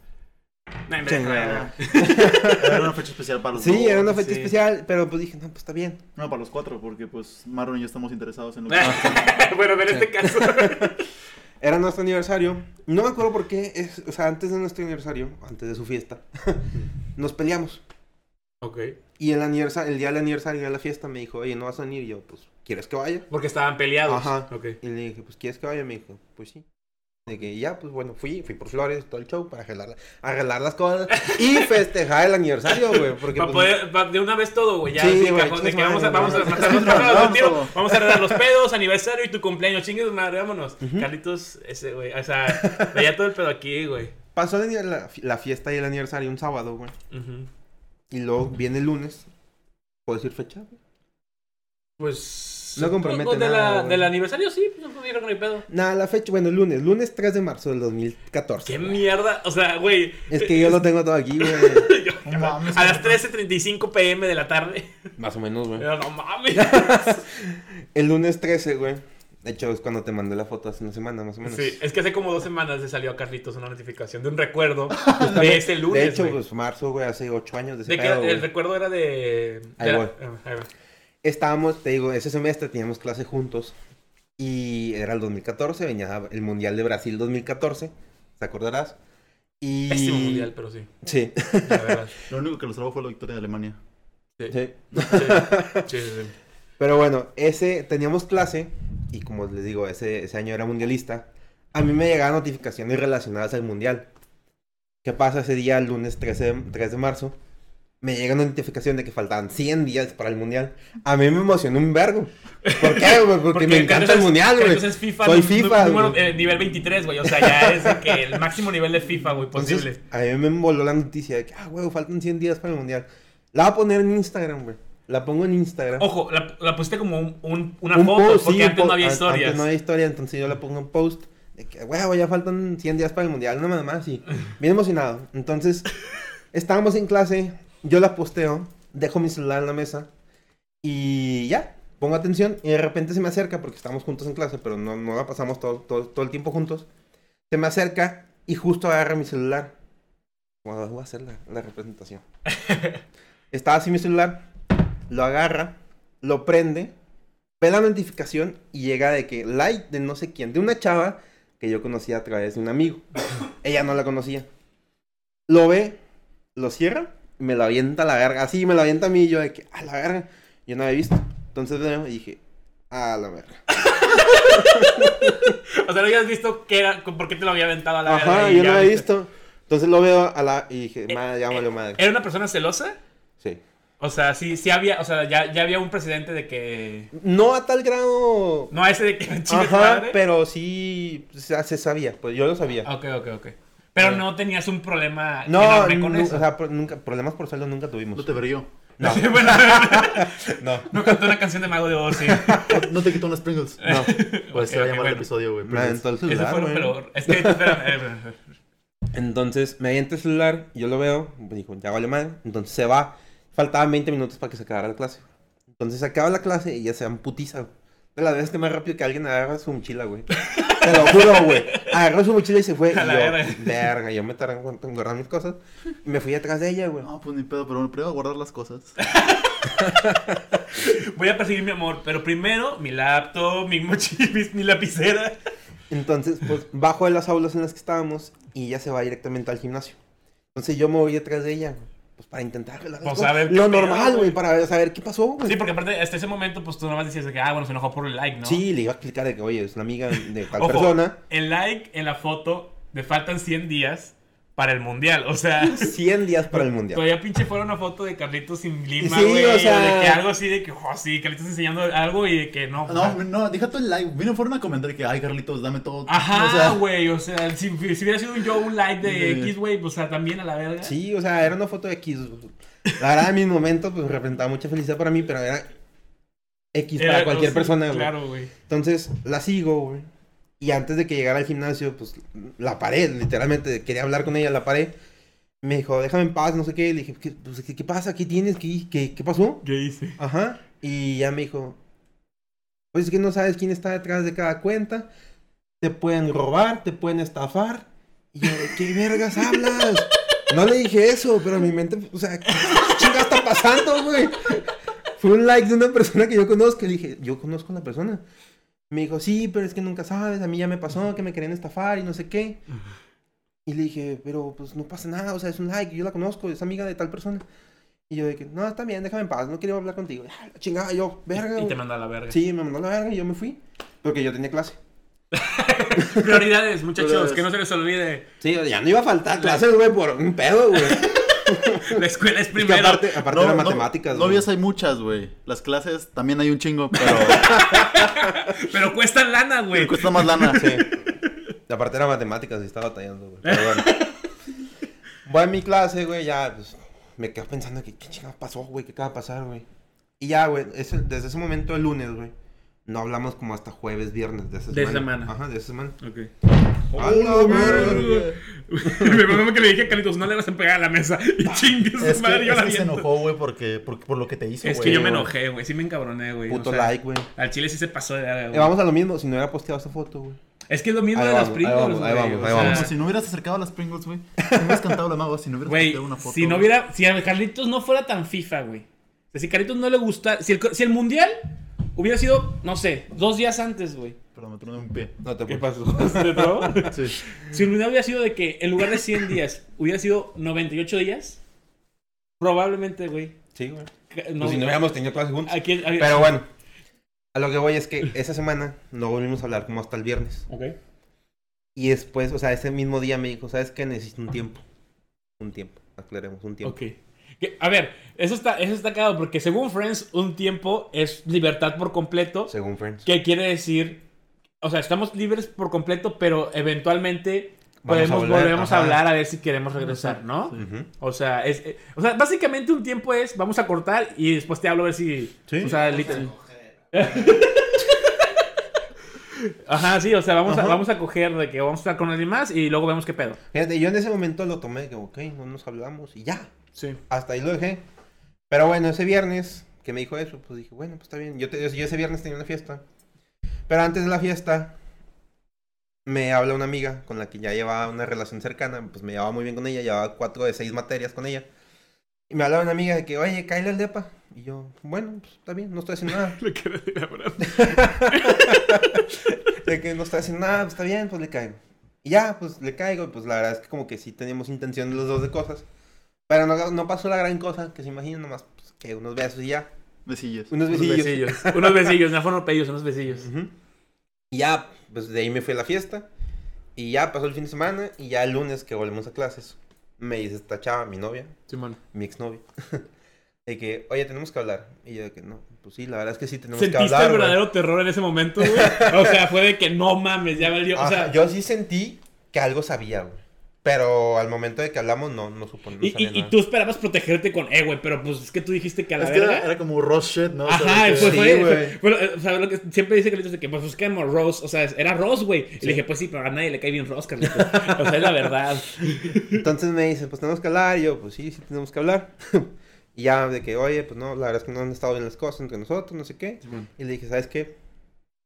No, en
Sí,
verdad,
Era era una fecha especial para los
Sí, eh.
dos.
era una fecha
sí.
especial, pero pues dije, no, pues está bien.
No, para los cuatro, porque pues Marlon y yo estamos interesados en lo que...
no. bueno, pero en este caso.
Era nuestro aniversario. No me acuerdo por qué, es, o sea, antes de nuestro aniversario, antes de su fiesta, nos peleamos.
ok.
Y el, aniversa- el día del aniversario de la fiesta me dijo, oye, ¿no vas a venir? Y yo, pues, ¿quieres que vaya?
Porque estaban peleados.
Ajá.
Ok.
Y le dije, pues, ¿quieres que vaya? Me dijo, pues sí. De que ya, pues bueno, fui, fui por flores, todo el show, para arreglar, arreglar las cosas y festejar el aniversario, güey. Porque
Para
pues,
poder, pa- de una vez todo, güey. Ya,
Sí,
sí,
güey,
cajón, de
chingas
que vamos a,
madre,
vamos a
güey.
matar
Vamos,
los pájaros de un tiro,
todo.
Vamos a arreglar los pedos, aniversario y tu cumpleaños. Chingue tu madre, vámonos.
Ujú.
Carlitos, ese, güey. O sea, veía todo el pedo aquí, güey.
pasó la, ani- la fi- la fiesta y el aniversario un sábado, güey.
Ujú.
Y luego viene el lunes. ¿Puedo decir fecha? güey?
Pues.
No compromete
supongo de
nada,
la-
güey.
Del aniversario, sí. pues, No me dijeron ni pedo.
Nada, la fecha, bueno, el lunes, lunes 3 de marzo del 2014.
¿Qué
güey.
mierda? O sea, güey.
Es que yo lo tengo todo aquí, güey.
yo-
No
Ah,
mames,
a las
güey.
13.35 pm de la tarde.
Más o menos, güey.
Yo, No mames.
El lunes 13, güey. De hecho, es cuando te mandé la foto hace una semana, más o menos.
Sí, es que hace como dos semanas le salió a Carlitos una notificación de un recuerdo de ese lunes.
de hecho,
güey.
pues marzo, güey, hace ocho años de ese
De que
pedo, güey.
el recuerdo era de.
Ahí
era-
voy.
ah, ahí va.
Estábamos, te digo, ese semestre teníamos clase juntos. Y era el 2014, venía el Mundial de Brasil 2014, ¿te acordarás? Y...
Pésimo mundial, pero sí.
Sí.
La verdad.
Lo único que los salvó fue la victoria de Alemania.
sí.
Sí, sí, sí, sí.
Pero bueno, ese, teníamos clase, y como les digo, ese, ese año era mundialista. A mí me llegaban notificaciones relacionadas al mundial. ¿Qué pasa ese día, el lunes 13 de, 3 de marzo? Me llega una notificación de que faltaban 100 días para el mundial. A mí me emocionó un vergo. ¿Por qué? güey? Porque, me encanta
Carlitos
el
es-
mundial, güey.
Carlitos es FIFA.
Soy
nu-
FIFA,
número-
güey.
eh, nivel 23, güey. O sea, ya es de que el máximo nivel de FIFA, güey,
Entonces,
posible.
a mí me envoló la noticia de que, ah, güey, faltan 100 días para el mundial. La voy a poner en Instagram, güey. La pongo en Instagram.
Ojo, la, la pusiste como un, un- una
Un
foto,
post,
porque
sí, un
antes no
post.
había
An-
historias.
Antes no había historia, entonces yo le pongo un post de que, huevo, ya faltan 100 días para el mundial, nada más, y bien emocionado. Entonces, estábamos en clase, yo la posteo, dejo mi celular en la mesa y ya, pongo atención y de repente se me acerca, porque estábamos juntos en clase, pero no, no la pasamos todo, todo, todo el tiempo juntos, se me acerca y justo agarra mi celular. Bueno, voy a hacer la, la representación. Estaba así mi celular, lo agarra, lo prende ve la notificación y llega de que like de no sé quién, de una chava que yo conocía a través de un amigo. Ella no la conocía. Lo ve, lo cierra, y me lo avienta a la verga. Así me lo avienta a mí, yo de que, a la verga. Yo no había visto. Entonces veo y dije, a la verga.
O sea, no habías visto qué era, con- por qué te lo había aventado a la verga
Ajá,
y
yo no
ya
había
viste.
visto. Entonces lo veo a la. Y dije,
Eh,
madre, ya
eh,
valió madre.
¿Era una persona celosa?
Sí.
O sea, sí, sí había, o sea, ya, ya había un precedente de que.
No a tal grado.
No, ese de que me chingue tu
Ajá,
madre. Ah,
pero sí o sea, se sabía, pues yo lo sabía.
Ok, ok, ok. Pero no tenías un problema
Eh, no,
enorme con
nu-
eso.
o sea, pro- nunca, problemas por saldo nunca
No
tuvimos.
te perdió.
No,
Sí, bueno,
no.
no cantó una canción de Mago de Oz, sí.
No, no te quitó unas Pringles.
No,
Por eso se va a llamar el
Ok, Eh, bueno.
episodio, güey.
me aventó el
Eso
celular,
fue lo
güey.
peor. Es que, espérame, eh, espérame, espérame.
Entonces, me avienta el celular, yo lo veo, me dijo, ya vale madre. Entonces se va. Faltaban 20 minutos para que se acabara la clase. Entonces se acaba la clase y ya se dan putiza, güey. De la vez que más rápido que alguien agarra su mochila, güey. Te lo juro, güey. Agarró su mochila y se fue.
A
y
la
yo,
verga.
verga, yo me tardé en guardar- en guardar mis cosas. Y me fui atrás de ella, güey.
No, pues ni pedo, pero primero a guardar las cosas.
Voy a perseguir mi amor, pero primero mi laptop, mi mochila, mi, mi lapicera.
Entonces, pues bajo de las aulas en las que estábamos y ella se va directamente al gimnasio. Entonces yo me voy detrás de ella, pues para intentar las
Pues,
cosas.
a ver qué
lo
pedo,
normal,
güey.
güey, para saber qué pasó, güey.
Sí, pues, porque aparte, hasta ese momento, pues tú nomás decías de que, ah, bueno, se enojó por el like, ¿no?
Sí, le iba a explicar de que, oye, es una amiga de tal
Ojo,
persona.
El like en la foto de faltan 100 días para el mundial. O sea,
100 días para el mundial.
todavía pinche fuera una foto de Carlitos sin lima,
Sí,
güey.
o
o
sea-
de que algo así, de que, oh, sí, Carlitos enseñando algo y de que no. o sea,
Ah, No, no, deja todo el live. Vino fueron a comentar que, ay, Carlitos, dame todo. O
Ajá,
sea,
güey, o sea, si, si hubiera sido un yo un like de
Sí.
X, güey, pues, o sea, también a la verga.
Sí, o sea, era una foto de X. La verdad, en mis momentos, pues representaba mucha felicidad para mí, pero era X
Era-
para cualquier
sí,
persona, güey.
Claro, güey.
Entonces la sigo, güey. Y antes de que llegara al gimnasio, pues la paré, literalmente. Quería hablar con ella, la paré. Me dijo, déjame en paz, no sé qué. Le dije, ¿qué, pues, ¿qué- qué pasa? ¿Qué tienes? ¿Qué, qué, qué pasó?
¿Qué hice?
Ajá. Y ya me dijo, pues es que no sabes quién está detrás de cada cuenta. Te pueden robar, te pueden estafar. Y yo, ¿de qué vergas hablas? No le dije eso, pero en mi mente, o sea, ¿qué chinga está pasando, güey? Fue un like de una persona que yo conozco. Y le dije, yo conozco a la persona. Me dijo, sí, pero es que nunca sabes, a mí ya me pasó, que me querían estafar y no sé qué. Y le dije, pero pues no pasa nada, o sea, es un like, yo la conozco, es amiga de tal persona. Y yo de que, no, está bien, déjame en paz, no quiero hablar contigo. Ah, la chingada, yo, verga.
Y te
güey.
manda a la verga.
Sí, me mandó a la verga y yo me fui. Porque yo tenía clase.
Prioridades, muchachos,
Prioridades.
que no se les olvide.
Sí, ya no iba a faltar clases, güey, por un pedo, güey.
La escuela es
Y que
primero.
aparte, aparte
no,
eran
no,
matemáticas, güey.
Novias hay muchas, güey. Las clases también hay un chingo, pero
Pero cuestan lana, güey.
me cuesta más lana.
Sí. Y aparte era matemáticas y estaba batallando, güey. Pero bueno. Voy a mi clase, güey, ya, pues, me quedo pensando que qué chingados pasó, güey, qué acaba de pasar, güey. Y ya, güey, ese- desde ese momento, el lunes, güey, no hablamos como hasta jueves, viernes de esa
De
semana.
semana.
Ajá, de esa semana.
Ok.
Oh,
¡A la verga!
Me acuerdo que le dije a Carlitos, no le vas a pegar a la mesa. Y
Ah,
chingues,
Es que,
madre, yo
es
la
que se
aviento.
enojó, güey, porque, porque- por lo que te hizo, güey.
Es que yo me
güey.
enojé, güey. Sí me encabroné, güey.
Puto
o sea,
like, güey.
Al chile sí se pasó de verga,
Eh,
güey.
vamos a lo mismo, si no hubiera posteado esa foto, güey.
Es que es lo mismo
Ahí
de las
vamos, ahí
Pringles,
vamos, ahí
güey,
vamos,
o
ahí
sea,
vamos.
Como si no hubieras acercado a las Pringles, güey. Si no hubieras cantado la mago, si no hubieras
Güey,
cantado una foto.
si no
güey.
hubiera, si a Carlitos no fuera tan FIFA, güey. O sea, si Carlitos no le gusta, si el, si el mundial hubiera sido, no sé, dos días antes, güey.
Perdón, me troné un pie.
No te
¿Qué
preocupes.
pasó? ¿Te trabó?
Sí.
si el mundial hubiera sido de que en lugar de 100 días hubiera sido 98 días, probablemente, güey.
Sí, güey.
ca-
Pues si no hubiéramos tenido clase juntos.
aquí, aquí-
Pero bueno, a lo que voy es que esa semana no volvimos a hablar como hasta el viernes.
Ok.
Y después, o sea, ese mismo día me dijo, ¿sabes qué? Necesito un tiempo. Un tiempo, aclaremos, un tiempo.
Ok. Que- A ver, eso está, eso está cagado porque según Friends, un tiempo es libertad por completo.
Según Friends.
¿Qué quiere decir? O sea, estamos libres por completo, pero eventualmente
Vamos a
podemos
volver,
volvemos a
ajá.
hablar a ver si queremos regresar, ¿no?
Sí.
Ujú.
O sea, es, eh, o sea, básicamente un tiempo es vamos a cortar y después te hablo a ver si.
Sí.
O sea, literal. Ajá, sí, o sea, vamos, A,
Ajá.
vamos a coger de que vamos a estar con alguien más y luego vemos qué pedo.
Fíjate, yo en ese momento lo tomé, que ok, no nos hablamos y ya.
Sí.
Hasta ahí lo dejé. Pero bueno, ese viernes que me dijo eso, pues dije, bueno, pues está bien. Yo, te- yo ese viernes tenía una fiesta. Pero antes de la fiesta, me habla una amiga con la que ya llevaba una relación cercana. Pues me llevaba muy bien con ella, llevaba cuatro de seis materias con ella. Y me hablaba una amiga de que, oye, cállale al depa. Y yo, bueno, pues está bien, no estoy haciendo nada.
Le quiero decir a Abraham.
de que no estoy haciendo nada, pues está bien, pues le caigo. Y ya, pues le caigo, y pues la verdad es que como que sí teníamos intención los dos de cosas. Pero no, no pasó la gran cosa, que se imaginan nomás, pues que unos besos y ya.
Besillos.
Unos
Unos
besillos.
besillos. Unos besillos, no fueron pedillos, unos besillos.
Ujú. Y ya, pues de ahí me fui a la fiesta. Y ya pasó el fin de semana. Y ya el lunes que volvemos a clases, me dice esta chava, mi novia,
Simón.
mi exnovia, de que, oye, tenemos que hablar. Y yo de que, no, pues sí, la verdad es que sí tenemos que
¿Sentiste
hablar.
el
güey".
verdadero terror en ese momento, güey? O sea, fue de que no mames, ya valió. O sea,
Ajá, yo sí sentí que algo sabía, güey. Pero al momento de que hablamos, no, no supo, no
y,
sabía
y- y
nada.
tú esperabas protegerte con, eh, güey, pero pues es que tú dijiste que a la
Es que
verga.
era, era como rush shit, ¿no? O sea,
Ajá,
de
y
que-
fue,
sí,
fue-
güey.
bueno, eh, o sea, lo que siempre dice Carlitos de que pues busquemos Rose, o sea, era Rose, güey. Y le dije, pues sí, pero a nadie le cae bien Rose, Carlitos. O sea, es la verdad.
Entonces me dice, pues tenemos que hablar. Y yo, pues sí, sí tenemos que hablar. y ya de que, oye, pues no, la verdad es que no han estado bien las cosas entre nosotros, no sé qué.
Simón.
Y le dije, ¿sabes qué?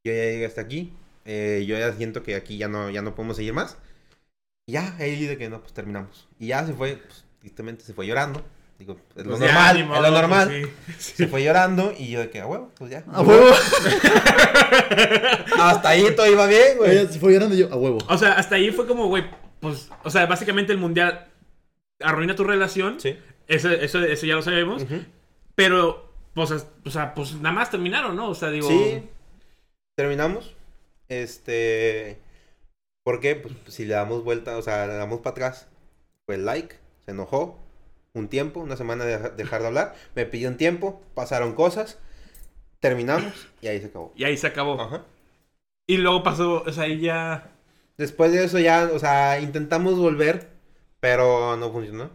Yo ya llegué hasta aquí. eh, yo ya siento que aquí ya no, ya no podemos seguir más. Y ya, ahí de que no, pues terminamos. Y ya se fue, pues, tristemente se fue llorando. Digo, es lo
Pues ya,
normal,
ni
es
modo,
lo normal.
pues,
Se fue llorando y yo de que, a huevo, pues ya.
A huevo.
Hasta ahí todo iba bien, güey.
Ella se fue llorando y yo, a huevo.
O sea, hasta ahí fue como, güey, pues, o sea, básicamente el mundial arruina tu relación.
Sí.
Eso, eso, eso ya lo sabemos.
Ujú.
Pero, pues, as- o sea, pues nada más terminaron, ¿no? O sea, digo.
Sí. Terminamos. Este. ¿Por qué? Pues si le damos vuelta, o sea, le damos para atrás. Fue like, se enojó. Un tiempo, una semana de dejar de hablar. Me pidió un tiempo, pasaron cosas. Terminamos y ahí se acabó.
Y ahí se acabó.
Ajá.
Y luego pasó, o sea, ahí ya.
Después de eso ya, o sea, intentamos volver, pero no funcionó.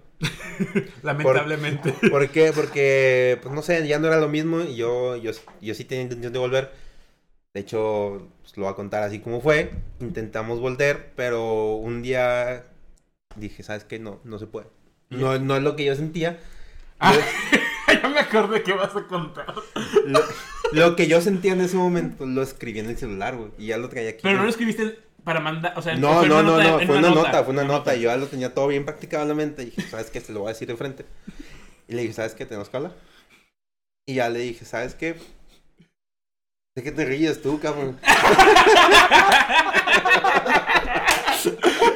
Lamentablemente.
¿Por qué? Porque, pues no sé, ya no era lo mismo y yo, yo, yo sí tenía intención de volver. De hecho, pues, lo voy a contar así como fue. Intentamos volver, pero un día dije, ¿sabes qué? No, no se puede. No, no es lo que yo sentía.
Ah. ya me acordé que vas a contar.
Lo, lo que yo sentía en ese momento lo escribí en el celular, güey. Y ya lo traía aquí.
Pero no lo escribiste para mandar, o sea,
No,
fue
no,
una
no,
nota-
no,
en
fue una nota, fue una nota. Yo ya lo tenía todo bien practicado en la mente. Dije, ¿sabes qué? Se lo voy a decir de frente. Y le dije, ¿sabes qué? Tenemos que hablar. Y ya le dije, ¿sabes qué? ¿De qué te ríes tú, cabrón?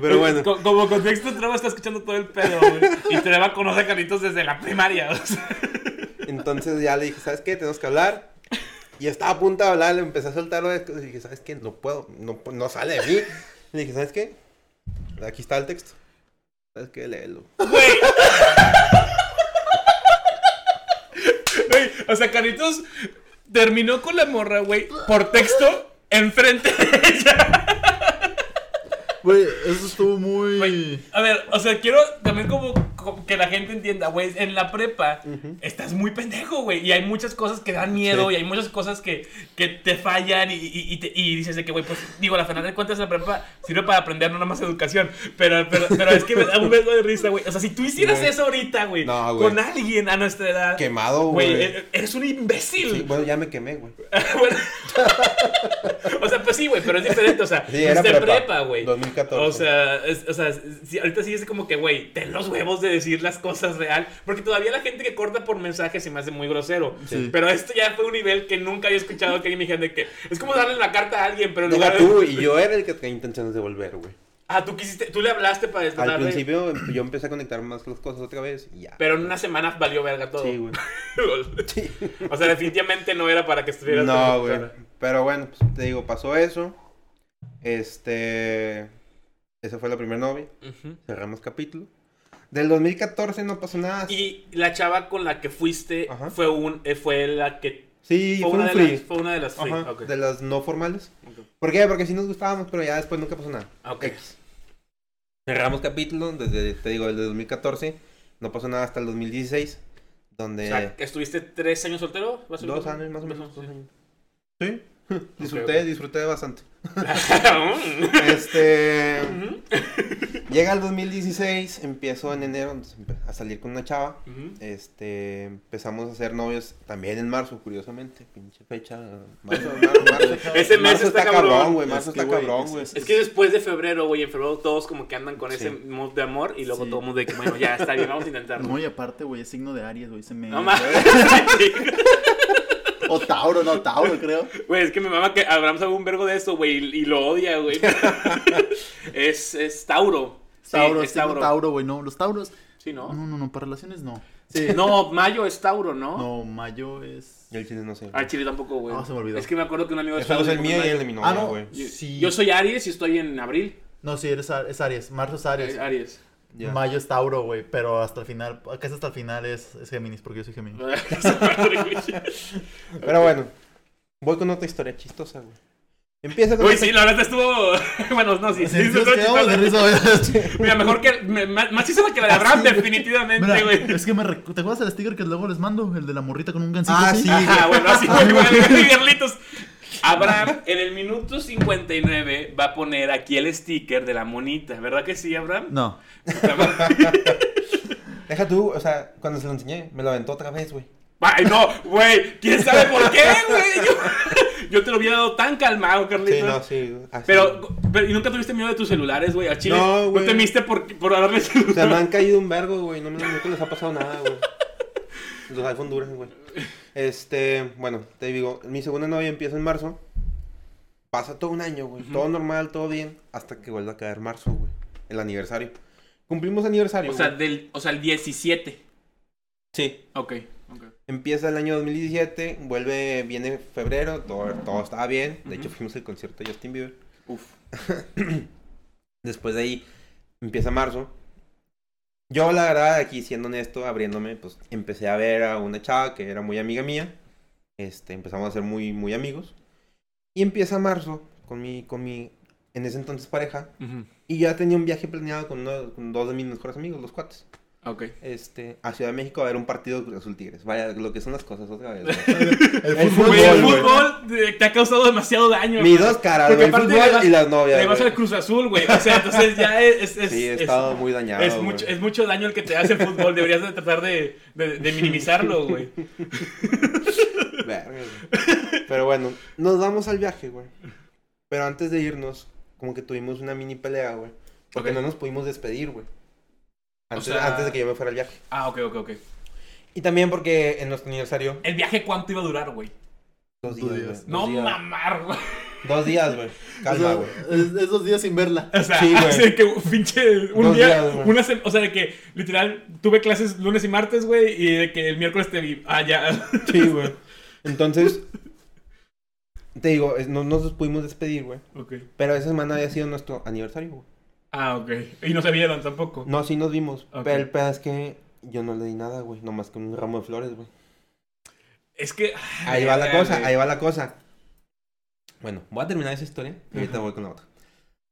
Pero bueno,
Co- Como contexto, Treva está escuchando todo el pedo, güey. Y Treva conoce a Carlitos desde la primaria, o sea.
entonces ya le dije, ¿sabes qué? Tenemos que hablar. Y estaba a punto de hablar, le empecé a soltar varias cosas. Y dije, ¿sabes qué? No puedo, no, pu- no sale de mí. Le dije, ¿sabes qué? Aquí está el texto. ¿Sabes qué? Léelo.
Güey. Güey, o sea, Carlitos terminó con la morra, güey, por texto, enfrente de ella.
Güey, eso estuvo muy.
Güey, a ver, o sea, quiero también como, como que la gente entienda, güey, en la prepa estás muy pendejo, güey, y hay muchas cosas que dan miedo
Sí.
y hay muchas cosas que, que te fallan y, y- y te- y dices de que, güey, pues digo, la final de cuentas la prepa sirve para aprender no nada más educación, pero, pero, pero es que me da un beso de risa, güey. O sea, si tú hicieras
Güey.
eso ahorita, güey,
No, güey.
con alguien a nuestra edad,
Quemado,
güey, eh,
güey.
e- eres un imbécil.
Sí, bueno, ya me quemé, güey.
Bueno, o sea, pues sí, güey, pero es diferente, o sea,
Sí, era
fuiste
prepa,
prepa, güey.
2014.
O sea, es- o sea es- sí, ahorita sí es como que, güey, ten los huevos de decir las cosas real, porque todavía la gente que corta por mensajes se me hace muy grosero.
Sí.
Pero esto ya fue un nivel que nunca había escuchado que alguien me dijera de que es como darle la carta a alguien, pero en
Deja
lugar de-
tú, y yo era el que tenía intenciones de volver, güey.
Ah, tú quisiste, tú le hablaste para
Al
despertarle.
principio pues, yo empecé a conectar más las cosas otra vez y ya.
Pero en una semana valió verga todo.
Sí, güey. Sí.
o sea, definitivamente no era para que estuvieras.
No,
tan-
güey. Pero bueno, pues, te digo, pasó eso. Este. Esa fue la primera novia.
Ujú.
Cerramos capítulo. Del 2014 no pasó nada.
Y la chava con la que fuiste
Ajá.
fue un eh, fue la que
Sí,
fue,
fue
una
un
de
free.
las fue una de las free.
Ajá,
ok.
De las no formales.
Ok.
¿Por qué? Porque sí nos gustábamos, pero ya después nunca pasó nada.
Ok.
X. Cerramos capítulo, desde, te digo, desde 2014. No pasó nada hasta el 2016,
O
donde...
sea, ¿estuviste tres años soltero? ¿Más o
dos
menos?
años, más o menos.
sí.
dos años. Sí. disfruté,
ok.
disfruté bastante.
Mm.
Este...
Ujú.
Llega el 2016, empiezo en enero entonces, empe- a salir con una chava.
Ujú.
Este, empezamos a ser novios también en marzo, curiosamente. Pinche fecha. Marzo, marzo, marzo.
Ese mes
Marzo
está
está
cabrón.
cabrón, güey.
Es
Marzo
que,
está
güey,
cabrón,
es-
güey.
Es que después de febrero, güey, en febrero todos como que andan con ese
Sí.
mood de amor y luego
Sí.
todo mundo de que, bueno, ya está bien, vamos a intentarlo.
No, y aparte, güey, es signo de Aries, güey. Se me.
No mames.
O Tauro, no, Tauro, creo.
Güey, es que mi mamá que Abraham sabe un vergo de eso, güey, y y lo odia, güey. es, es Tauro. Sí,
Tauro,
es
signo Tauro. güey. No, los Tauros.
Sí,
No,
¿no?
no, no, para relaciones no.
Sí. No, Mayo es Tauro, ¿no?
No, mayo es.
Yo el chile no sé. güey.
Ah, Chile tampoco, güey.
Ah, se me olvidó.
Es que me acuerdo que un amigo
Yo
Tauro
solo sé el
me
mío
contó
y el
eso.
de mi
Ah,
novia,
no.
güey.
Yo-
Sí.
Yo soy Aries y estoy en abril.
No, sí, eres Ar- es Aries. Marzo es Aries.
Eh, Aries.
Ya.
Mayo es Tauro, güey. Pero hasta el final, casi hasta el final es, es Géminis, porque yo soy Géminis.
Pero bueno, voy con otra historia chistosa, güey. Empieza con.
Güey, sí, la verdad estuvo. bueno, no, sí.
Sí,
sí,
nos
estuvo
quedamos de
chistoso.
risa, güey.
Mira, mejor que. me- más más hizo que la de Abraham, definitivamente,
Mira,
güey.
es que me recu- ¿Te acuerdas el sticker que luego les mando? El de la morrita con un gancito.
Ah,
así?
sí.
Ajá, bueno, así fue igual, güey, Carlitos. Abraham, en el minuto 59 va a poner aquí el sticker de la monita, ¿verdad que sí, Abraham?
No.
Deja tú, o sea, cuando se lo enseñé, me lo aventó otra vez, güey.
Ay, no, güey, quién sabe por qué, güey. Yo, yo te lo hubiera dado tan calmado, Carlitos.
Sí, no, sí. así.
Pero, pero, ¿y nunca tuviste miedo de tus celulares, güey? A Chile,
No,
no,
güey.
temiste por, por agarrarle el
O sea,
celular.
me han caído un vergo, güey. No, me- nunca les ha pasado nada, güey. Los iPhone duran, güey. Este, bueno, te digo, mi segunda novia empieza en marzo. Pasa todo un año, güey. Todo normal, todo bien. Hasta que vuelve a caer marzo, güey. El aniversario. Cumplimos aniversario.
o, sea,
güey.
del, o sea, el 17.
sí.
Ok, ok.
Empieza el año 2017, vuelve, viene febrero, todo, todo estaba bien. De hecho,
Ujú.
fuimos al concierto de Justin Bieber.
Uf.
Después de ahí empieza marzo. Yo, la verdad, aquí siendo honesto, abriéndome, pues empecé a ver a una chava que era muy amiga mía. Este, empezamos a ser muy, muy amigos. Y empieza marzo con mi, con mi, en ese entonces pareja.
Ujú,
Y yo ya tenía un viaje planeado con, uno- con dos de mis mejores amigos, los cuates.
Ok.
Este, a Ciudad de México a ver un partido de Cruz Azul Tigres. Vaya, lo que son las cosas otra vez. güey.
El
fútbol,
fútbol,
Güey, el
güey.
fútbol eh, te ha causado demasiado daño.
Mis
güey.
dos caras,
Porque
güey. El
aparte
fútbol
le vas-
y las novias,
Le vas
güey.
al Cruz Azul, güey. O sea, entonces ya es. es, es-
Sí, he
es-
estado muy dañado,
es
güey.
mucho, es mucho daño el que te hace el fútbol. Deberías de tratar de, de- de minimizarlo, güey.
Verga, güey. Pero bueno, nos vamos al viaje, güey. Pero antes de irnos, como que tuvimos una mini pelea, güey. Porque
Ok.
no nos pudimos despedir, güey. Antes,
sea-
antes de que yo me fuera al viaje.
Ah, ok, ok, ok.
Y también porque en nuestro aniversario.
¿El viaje cuánto iba a durar, güey?
Dos días,
Dos
güey.
días.
Dos
No
días.
mamar, güey.
Dos días, güey.
O
Calma,
sea,
güey.
es, es dos días sin verla.
O sea,
Sí, güey.
así de que pinche un
Dos
día,
días, güey.
una sem- o sea, de que literal tuve clases lunes y martes, güey, y de que el miércoles te vi. Ah, ya.
Sí, güey. Entonces. Te digo, es- no no nos pudimos despedir, güey.
Ok.
Pero esa semana había sido nuestro aniversario, güey.
Ah, ok. Y no se vieron tampoco.
No, sí nos vimos.
Ok.
Pero el pedo es que yo no le di nada, güey. Nomás que un ramo de flores, güey.
Es que.
Ahí va la
Ah, Verga,
cosa,
güey.
ahí va la cosa. Bueno, voy a terminar esa historia y ahorita
Ajá.
voy con la otra.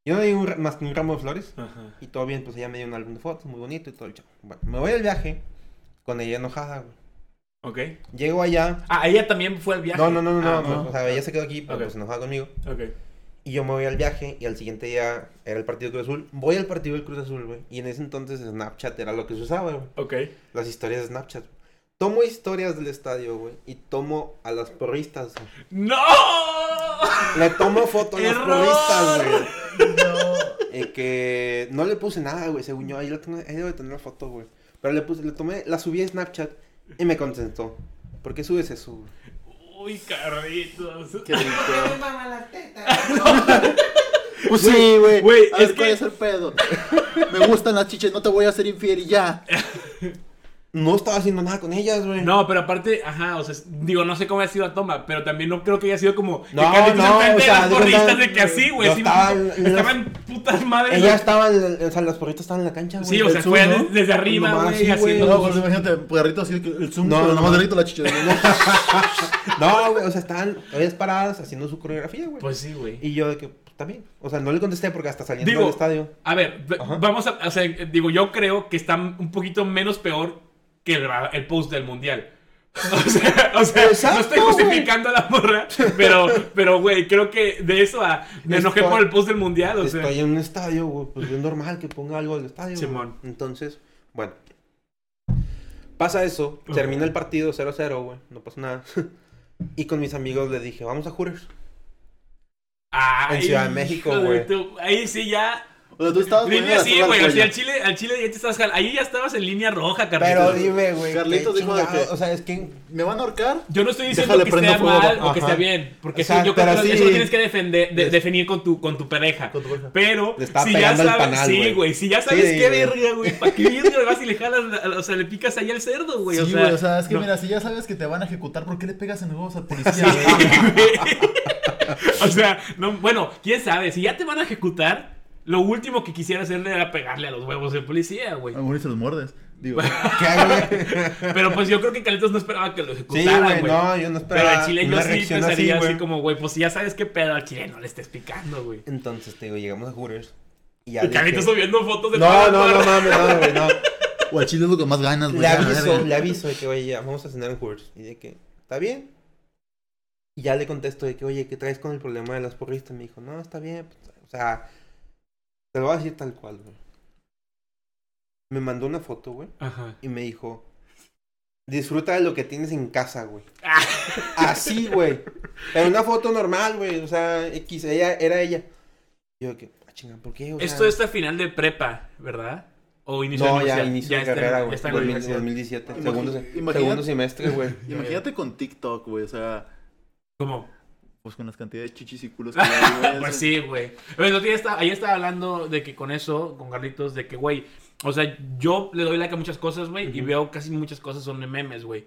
Yo no di un ra- más que un ramo de flores
Ajá.
y todo bien, pues ella me dio un álbum de fotos muy bonito y todo el chavo. Bueno, me voy al viaje con ella enojada, güey.
Ok.
Llego allá.
Ah, ella también fue al viaje.
No, no, no, no,
Ah,
no, O sea, ella se quedó aquí, pero
Ok.
pues enojada conmigo.
Ok.
Y yo me voy al viaje y al siguiente día era el partido del Cruz Azul. Voy al partido del Cruz Azul, güey. Y en ese entonces Snapchat era lo que se usaba, güey.
Ok.
Las historias de Snapchat. Tomo historias del estadio, güey. Y tomo a las porristas, güey.
¡No!
Le tomo foto a los
¡Error!
porristas, güey.
No.
Eh, que no le puse nada, güey. Según yo, ahí, lo tengo, ahí debo de tener la foto, güey. Pero le puse, le tomé, la subí a Snapchat y me contestó. ¿Por qué subes eso, güey?
Uy, Carlitos.
Qué rico.
Pues sí, güey.
Güey,
A
es
ver, ¿cuál es
que.
el pedo? Me gustan las chiches, no te voy a hacer infiel y ya.
No estaba haciendo nada con ellas, güey.
No, pero aparte, ajá, o sea, digo, no sé cómo haya sido la toma, pero también no creo que haya sido como. que
No,
Carlitos
no,
enfrente
o
de
sea,
las
de cuenta,
porristas de que así, güey.
yo
sí,
estaba en- en
estaban putas madres.
Ellas estaban, o sea, las porristas estaban en la cancha, güey.
Sí, o
el
sea,
Zoom,
fue
¿no?
de- desde arriba,
Nomás
güey,
así, güey.
haciendo.
No, pues imagínate, perrito así, que el zoom,
No,
pero
no,
nomás
no.
derrito la chicha.
No, güey, o sea, estaban ellas paradas haciendo su coreografía, güey.
Pues sí, güey.
Y yo de que, pues, también. O sea, no le contesté porque hasta saliendo
Digo-
del estadio.
A ver, ve-
Ajá.
vamos a. O sea, digo, yo creo que está un poquito menos peor que el, ra- el post del mundial. O sea, o sea, no estoy
Exacto, güey.
justificando a la morra, pero, pero, güey, creo que de eso a me enojé
Estoy-
por el post del mundial, o sea.
Estoy en un estadio, güey, pues es normal que ponga algo al estadio. güey.
Simón.
Entonces, bueno. Pasa eso, termina el partido 0-0, güey, no pasa nada. Y con mis amigos le dije, vamos a Hooters.
Ay,
en Ciudad de México,
hijo de
güey. Ah,
tu- Ahí sí ya.
O sea, tú estabas poniendo
Línea
la
sí,
soga al
güey. O sea,
cuello.
al Chile, al Chile ya te estás jal- Ahí ya estabas en línea roja,
Pero
Carlitos.
dime, güey.
Carlitos
qué
dijo de
chingado-
que-
O sea, es que
¿Me van a ahorcar?
Yo no estoy diciendo
Déjale,
que esté
prendo fuego,
mal o que
ajá.
esté bien, porque
O sea,
eso, yo creo que
pero
eso-
sí-
eso lo tienes que defender, de-
Es-
definir con tu, con tu pareja.
Con tu pareja.
Pero
Le estaba
si ya
pegando al
sabes,
panal,
sí,
güey.
güey, si ya sabes
Sí,
qué
güey.
verga, güey, ¿para qué verga vas y le jalas, la- o sea, le picas ahí al cerdo, güey?
sí,
o sea,
güey, o sea, es que
no.
mira, si ya sabes que te van a ejecutar, ¿por qué le pegas en huevos al policía? güey?
Güey. o sea, no, bueno, quién sabe, si ya te van a ejecutar, lo último que quisiera hacerle era pegarle a los huevos del policía, güey.
A lo mejor y se los muerdes. Digo,
¿Qué hay, güey?
Pero pues yo creo que Carlitos no esperaba que lo
Sí,
ejecutaran,
güey,
güey.
no, yo no
Pero
esperaba.
al chile yo
una
sí
reacción así,
pensaría así,
güey.
como, güey, pues si ya sabes qué pedo al chile no le estés picando, güey.
Entonces, te digo, llegamos a Hooters. Y ya
Y
le
Carlitos
dije-
subiendo fotos de
No, no, no mames, no, güey, no.
o al chile es lo que más ganas, güey.
Le
a la
aviso,
verga.
le aviso de que, oye, ya, vamos a cenar en Hooters. Y de que, ¿está bien? Y ya le contesto de que, oye, ¿qué traes con el problema de las porristas? Me dijo, no, está bien. pues, o sea, te lo voy a decir tal cual, güey. Me mandó una foto, güey,
Ajá.
y me dijo, disfruta de lo que tienes en casa, güey. Así, güey. Pero una foto normal, güey. O sea, X, ella, era ella. Yo de que, ah, chinga, ¿por qué? O
Esto
sea,
está final de prepa, ¿verdad? O inicio
No,
de
ya,
universidad.
inicio de
está en-
carrera,
ya
güey.
está en
2000,
universidad.
2017,
Imagi-
segundo, se-
imagínate-
segundo semestre, güey.
Imagínate con TikTok, güey, o sea,
¿Cómo?
pues con las cantidades de chichis y culos que hay, güey.
Pues
o sea,
sí, güey. Bueno, el otro día estaba- ayer estaba hablando de que con eso, con Carlitos, de que, güey, o sea, yo le doy like a muchas cosas, güey, y
Ujú.
veo casi muchas cosas son de memes, güey.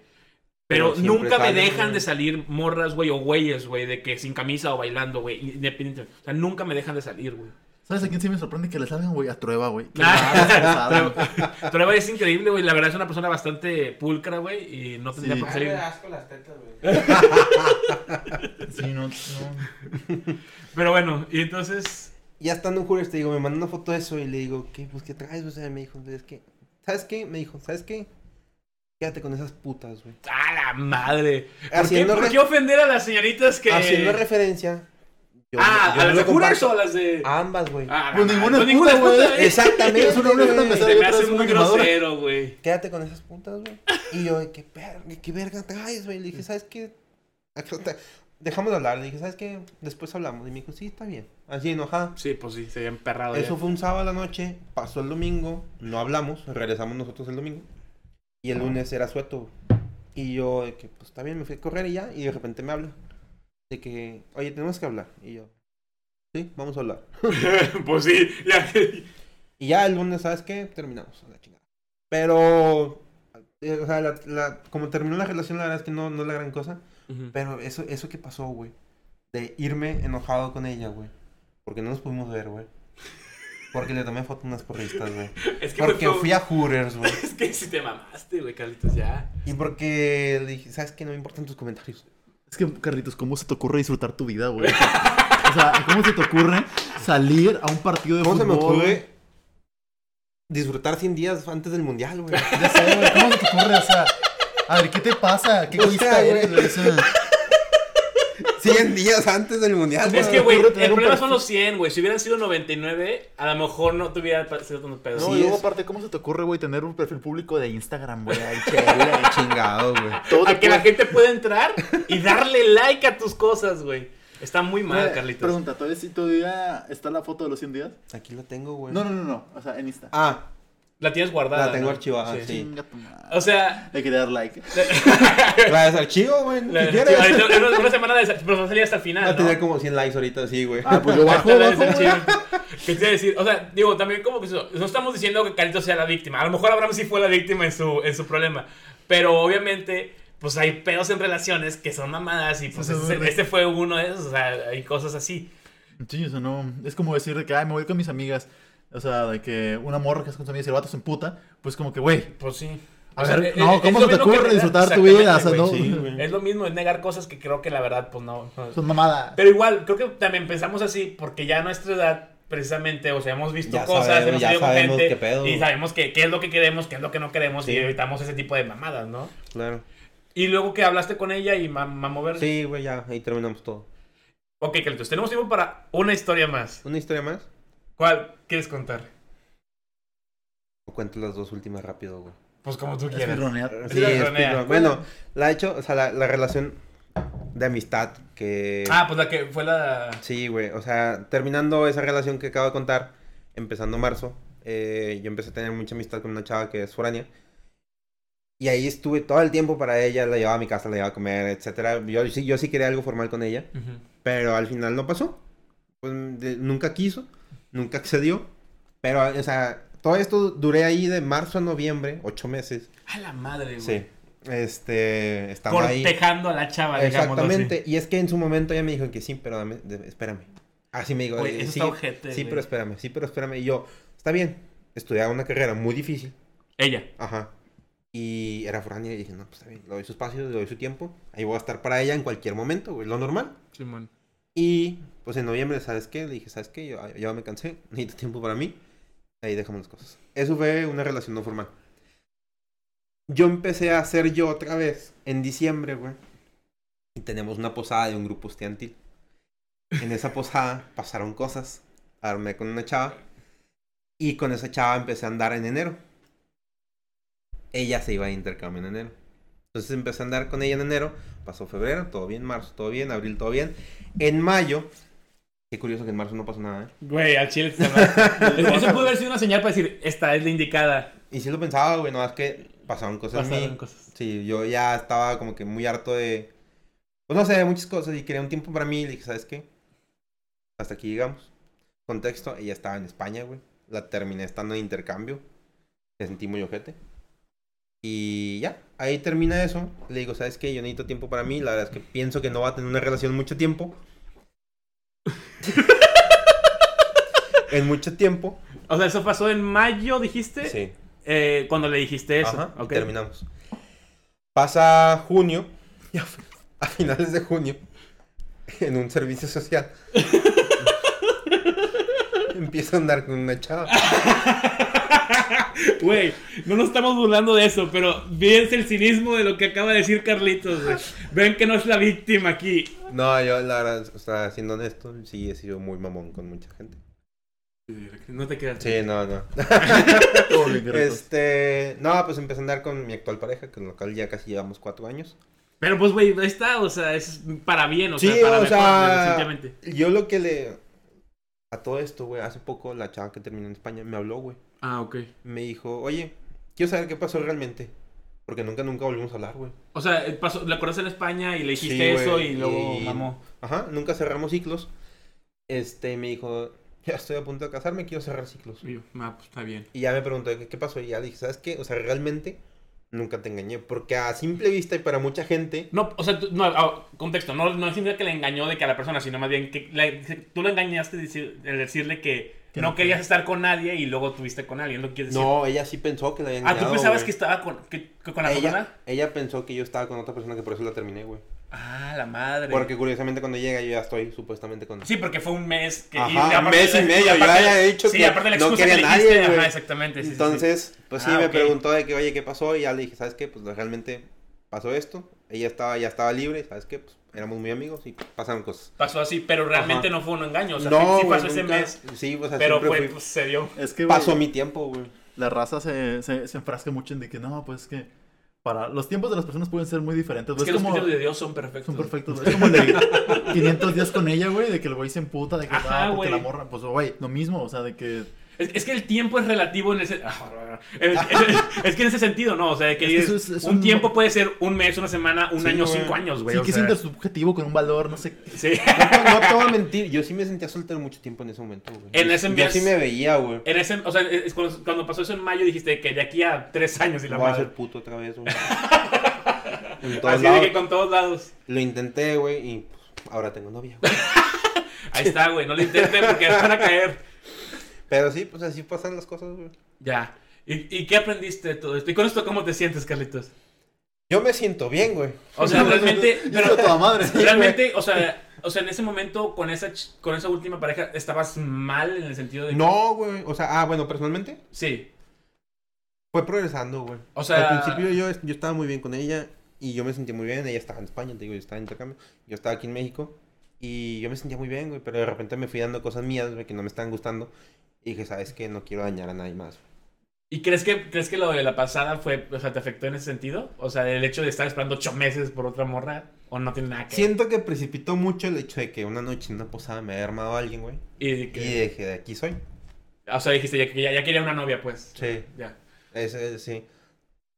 Pero,
Pero siempre
nunca me
salen,
dejan
güey.
de salir morras, güey, o güeyes, güey, de que sin camisa o bailando, güey, independiente. O sea, nunca me dejan de salir, güey.
¿Sabes a quién sí me sorprende que le salgan, güey? A Trueba, güey. Que
Ah.
le salgan pesadas, güey.
Trueba es increíble, güey. La verdad es una persona bastante pulcra, güey, y no tendría
Sí.
por qué salir.
asco las tetas, güey.
Sí, no, no.
Pero bueno, y entonces.
ya estando en Hooters, te digo, me mandó una foto de eso y le digo, ¿qué? Pues, ¿qué traes? O sea, me dijo, es que, ¿sabes qué? Me dijo, ¿sabes qué? Quédate con esas putas, güey.
¡A la madre! ¿Por, qué,
Haciendo,
por
re-
qué ofender a las señoritas que.
haciendo referencia. yo-
ah,
yo
¿a
no
las
lo
de Hooters
comparto.
o a las de.?
A ambas, güey.
Ah,
Pues
no,
ninguna
no,
es puta, güey.
puta, es-
Exactamente.
Es una- una- una-
güey.
una-
Se me
otra
hace
es una
muy
grabadora.
grosero, güey.
Quédate con esas putas, güey. Y yo, ¿qué, per... ¿qué verga traes, güey? Le dije, ¿sabes qué? Acá está- Dejamos de hablar. Le dije, ¿sabes qué? Después hablamos. Y me dijo, sí, está bien. Así enojada.
Sí, pues sí, se había emperrado.
Eso fue un sábado a la noche, pasó el domingo, no hablamos, regresamos nosotros el domingo. Y el lunes era sueto. Y yo, de que, pues está bien, me fui a correr y ya, y de repente me habla. De que, oye, tenemos que hablar. Y yo, sí, vamos a hablar.
pues sí, ya.
Y ya el lunes, ¿sabes qué? Terminamos, a la chingada. Pero, eh, o sea, la- la- como terminó la relación, la verdad es que no, no es la gran cosa. Pero eso, eso que pasó, güey. De irme enojado con ella, güey. Porque no nos pudimos ver, güey. Porque le tomé foto a unas porristas, güey.
Es que,
Porque
fue-
fui a Hooters, güey.
es que si te mamaste, güey, Carlitos, ya.
Y porque le dije, ¿sabes qué? No me importan tus comentarios.
Es que, Carlitos, ¿cómo se te ocurre disfrutar tu vida, güey? O sea, ¿cómo se te ocurre salir a un partido de
¿Cómo se me
fútbol?
ocurre disfrutar 100 días antes del mundial, güey?
Ya sé, güey, ¿cómo se te ocurre? O sea, a ver, ¿qué te pasa? ¿Qué
O sea,
egoísta eres,
güey.
güey? O sea,
100 días antes del mundial,
Es que,
me
güey,
ocurre
el
tener un
problema son
perfil.
los 100, güey. Si hubieran sido 99, a lo mejor no tuviera sido tanto pedo.
No,
Sí,
y luego
es-
aparte, ¿cómo se te ocurre, güey, tener un perfil público de Instagram, güey? Ay, che,
Chela, chingado, güey.
todo te
a que la
puede-
gente pueda entrar y darle like a tus cosas, güey. Está muy mal,
Güey,
Carlitos.
Pregunta, ¿todavía, sí, ¿todavía está la foto de los 100 días?
Aquí la tengo, güey.
No, no, no, no, o sea, en Insta.
Ah,
La tienes guardada.
La tengo
¿no?
archivada, sí.
Chinga tu madre.
O sea,
Le quería dar like.
la desarchivo, güey.
la-
Si quieres.
ahorita- una, una semana de pero va a salir hasta el final.
Va a
¿no?
tener como 100 likes ahorita, sí, güey.
Ah, pues yo bajo,
Ahorita la
bajo, güey.
desarchivo. ¿Qué te iba a decir? O sea, digo, también como que eso- no estamos diciendo que Carlitos sea la víctima. A lo mejor Abraham sí fue la víctima en su, en su problema. Pero obviamente, pues hay pedos en relaciones que son mamadas y pues
Sí, sí,
este,
sí.
este fue uno de esos. O sea, hay cosas así.
Sí, o sea, no. Es como decir de que, ay, me voy con mis amigas. O sea, de que una morra que es con sus amigas y el vato se emputa. Pues como que, güey.
Pues sí.
A
O sea, eh,
ver,
es-
no,
es
¿cómo
lo
se te
mismo que
ocurre
negar-
disfrutar tu vida? O sea, no.
exactamente,
Sí, güey.
güey. Es lo mismo, es negar cosas que creo que la verdad, pues no. no.
Son mamadas.
Pero igual, creo que también pensamos así porque ya a nuestra edad, precisamente, o sea, hemos visto
Ya
cosas,
sabemos,
hemos
ya
salido con
sabemos
gente
qué pedo.
y sabemos que- qué es lo que queremos, qué es lo que no queremos
Sí.
pues.
y evitamos ese tipo de mamadas, ¿no?
Claro.
Y luego que hablaste con ella y ma- mamó verde.
Sí, güey, ya, ahí terminamos todo.
Ok, Carlitos, tenemos tiempo para una historia más.
¿Una historia más?
¿Cuál quieres contar?
O cuento las dos últimas rápido, güey.
Pues como tú quieras.
Espirronear.
Sí,
Sí,
la
es
ronea.
que no. Bueno, la ha hecho, o sea, la, la relación de amistad que...
Ah, pues la que fue la.
Sí, güey, o sea, terminando esa relación que acabo de contar, empezando marzo, eh, yo empecé a tener mucha amistad con una chava que es foránea. Y ahí estuve todo el tiempo para ella, la llevaba a mi casa, la llevaba a comer, etcétera. Yo sí, yo sí quería algo formal con ella,
Ujú.
pero al final no pasó. Pues, de- nunca quiso, nunca accedió. Pero, o sea, todo esto duré ahí de marzo a noviembre, ocho meses.
A la madre, güey.
Sí. Este, estaba ahí.
Cortejando a la chava, digamos.
Exactamente. Y es que en su momento ella me dijo que sí, pero dame- de- espérame. Así me dijo.
Güey,
eh,
eso
sí,
está ojete,
sí,
güey.
pero espérame, sí, pero espérame. Y yo, está bien. Estudiaba una carrera muy difícil.
Ella.
Ajá. Y era foránea y dije, no, pues está bien, le doy su espacio, le doy su tiempo. Ahí voy a estar para ella en cualquier momento, güey, lo normal.
Simón.
Y pues en noviembre, ¿sabes qué? Le dije, ¿sabes qué? Yo yo ya me cansé, necesito tiempo para mí. Ahí dejamos las cosas. Eso fue una relación no formal. Yo empecé a hacer yo otra vez en diciembre, güey. Y tenemos una posada de un grupo estudiantil. En esa posada pasaron cosas. Armé con una chava. Y con esa chava empecé a andar en enero. Ella se iba de intercambio en enero. Entonces empecé a andar con ella en enero. Pasó febrero, todo bien. Marzo, todo bien. Abril, todo bien. En mayo. Qué curioso que en marzo no pasó nada, ¿eh?
Güey, al chile te Eso pudo haber sido una señal para decir, esta es la indicada.
Y sí lo pensaba, güey, no, es que pasaron cosas en mí.
Pasaron cosas.
Sí, yo ya estaba como que muy harto de... Pues no sé, muchas cosas y quería un tiempo para mí. Le dije, ¿sabes qué? Hasta aquí llegamos. Contexto, ella estaba en España, güey. La terminé estando en intercambio. Me sentí muy ojete. Y ya, ahí termina eso. Le digo, ¿sabes qué? Yo necesito tiempo para mí. La verdad es que pienso que no va a tener una relación mucho tiempo. en mucho tiempo.
O sea, eso pasó en mayo, dijiste.
Sí.
Eh, cuando le dijiste eso.
Ajá, y
Ok.
terminamos. Pasa junio, y a, fi- a finales de junio, en un servicio social. Empieza a andar con una chava.
Güey, no nos estamos burlando de eso, pero fíjense el cinismo de lo que acaba de decir Carlitos, güey. Ven que no es la víctima aquí.
No, yo la verdad, o sea, siendo honesto, sí he sido muy mamón con mucha gente.
No te quedas.
Sí, no, no.
Todo bien, Gretos.
Este, no, pues empecé a andar con mi actual pareja, con la cual ya casi llevamos cuatro años.
Pero pues, güey, ahí está, o sea, es para bien, o
Sí,
sea, para
o
mejor,
sea,
simplemente.
Yo lo que le... A todo esto, güey, hace poco la chava que terminó en España me habló, güey.
Ah, ok.
me dijo, oye, quiero saber qué pasó realmente. Porque nunca, nunca volvimos a hablar, güey.
O sea, eh, pasó, la conoces en España y le dijiste
Sí,
eso
güey,
y luego
y-
mamó.
Ajá, nunca cerramos ciclos. Este, me dijo, ya estoy a punto de casarme, quiero cerrar ciclos.
Y yo, ah, pues está bien.
Y ya me preguntó, ¿qué, qué pasó? Y ya le dije, ¿sabes qué? O sea, realmente nunca te engañé. Porque a simple vista y para mucha gente,
No, o sea, tú- no, ah, contexto, no, no es significa que le engañó de que a la persona, sino más bien que la- tú le engañaste decir- el decirle que
Que
no
no
querías estar con nadie y luego tuviste con alguien, lo quieres decir.
no, ella sí pensó que la había
ah,
engañado.
¿tú pensabas
güey.
que estaba con, que- que con la persona?
ella, ella pensó que yo estaba con otra persona que por eso la terminé, güey.
Ah, la madre.
Porque curiosamente cuando llega yo ya estoy supuestamente con...
Sí, porque fue un mes. Que,
Ajá,
aparte-
mes y medio, yo
aparte-
había dicho
sí,
que
aparte la
no
excusa
quería
que le
a nadie,
dijiste,
güey.
Ajá, exactamente. sí, sí, sí.
Entonces, pues sí,
Ah,
me
ok.
preguntó de que, oye, ¿qué pasó? Y ya le dije, ¿sabes qué? Pues realmente pasó esto. Ella estaba, ya estaba libre, ¿sabes qué? Pues éramos muy amigos y pasaron cosas.
pasó así, pero realmente
Ajá.
no fue un engaño. O sea,
no,
sí, sí
güey,
pasó ese
nunca-
mes.
Sí, o sea,
Pero
siempre
fue,
fui-
pues, se dio.
Es que, güey,
pasó mi tiempo, güey.
la raza se, se, se enfrasca mucho en de que no, pues que para los tiempos de las personas pueden ser muy diferentes.
Es
güey,
que
Es
los
como,
juicios de Dios son perfectos.
son perfectos. güey, Es como el de 500 días con ella, güey, de que el güey se emputa, de que
Ajá,
ah, porque
güey.
la morra, pues güey, lo mismo, o sea, de que
Es, es que el tiempo es relativo en ese. Ah, es, es- es que en ese sentido, no. O sea, que
Es que
es-
eso es- es
un,
un-
tiempo puede ser un mes, una semana, un
Sí,
año,
güey.
cinco años, Pues, güey.
sí
o
que es
sea,
intersubjetivo con un valor, no sé.
sí.
No, no te voy a mentir, yo sí me sentía soltero mucho tiempo en ese momento, güey.
En ese
Yo
mes-
sí me veía, güey.
En ese, o sea, es cuando, cuando pasó eso en mayo dijiste que de aquí a tres años y la
Voy a
madre.
ser puto otra vez, güey. en todos
Así de
lados.
que con todos lados.
Lo intenté, güey, y pues, ahora tengo novia, güey.
Ahí está, güey. No lo intenten porque van a caer.
Pero sí, pues así pasan las cosas, güey.
Ya. ¿Y, y qué aprendiste de todo esto? ¿Y con esto cómo te sientes, Carlitos?
Yo me siento bien, güey.
O sea, realmente.
Yo digo,
pero-
toda madre.
realmente, o sea, o sea, en ese momento con esa ch- con esa última pareja estabas mal en el sentido de que-
No, güey. O sea, ah, bueno, personalmente
Sí.
Fue progresando, güey.
O sea-
Al principio yo, yo estaba muy bien con ella. Y yo me sentía muy bien. Ella estaba en España, te digo, yo estaba en intercambio. Yo estaba aquí en México. Y yo me sentía muy bien, güey. Pero de repente me fui dando cosas mías, güey, que no me estaban gustando. Y dije, ¿sabes qué? No quiero dañar a nadie más.
¿Y crees que, crees que lo de la pasada fue, o sea, te afectó en ese sentido? O sea, el hecho de estar esperando ocho meses por otra morra, o no tiene nada que ver.
Siento que precipitó mucho el hecho de que una noche en una posada me haya armado alguien, güey.
Y
Y
que-
dije, de aquí soy.
o sea, dijiste, ya, ya, ya quería una novia, pues.
Sí.
Ya.
Ese, sí.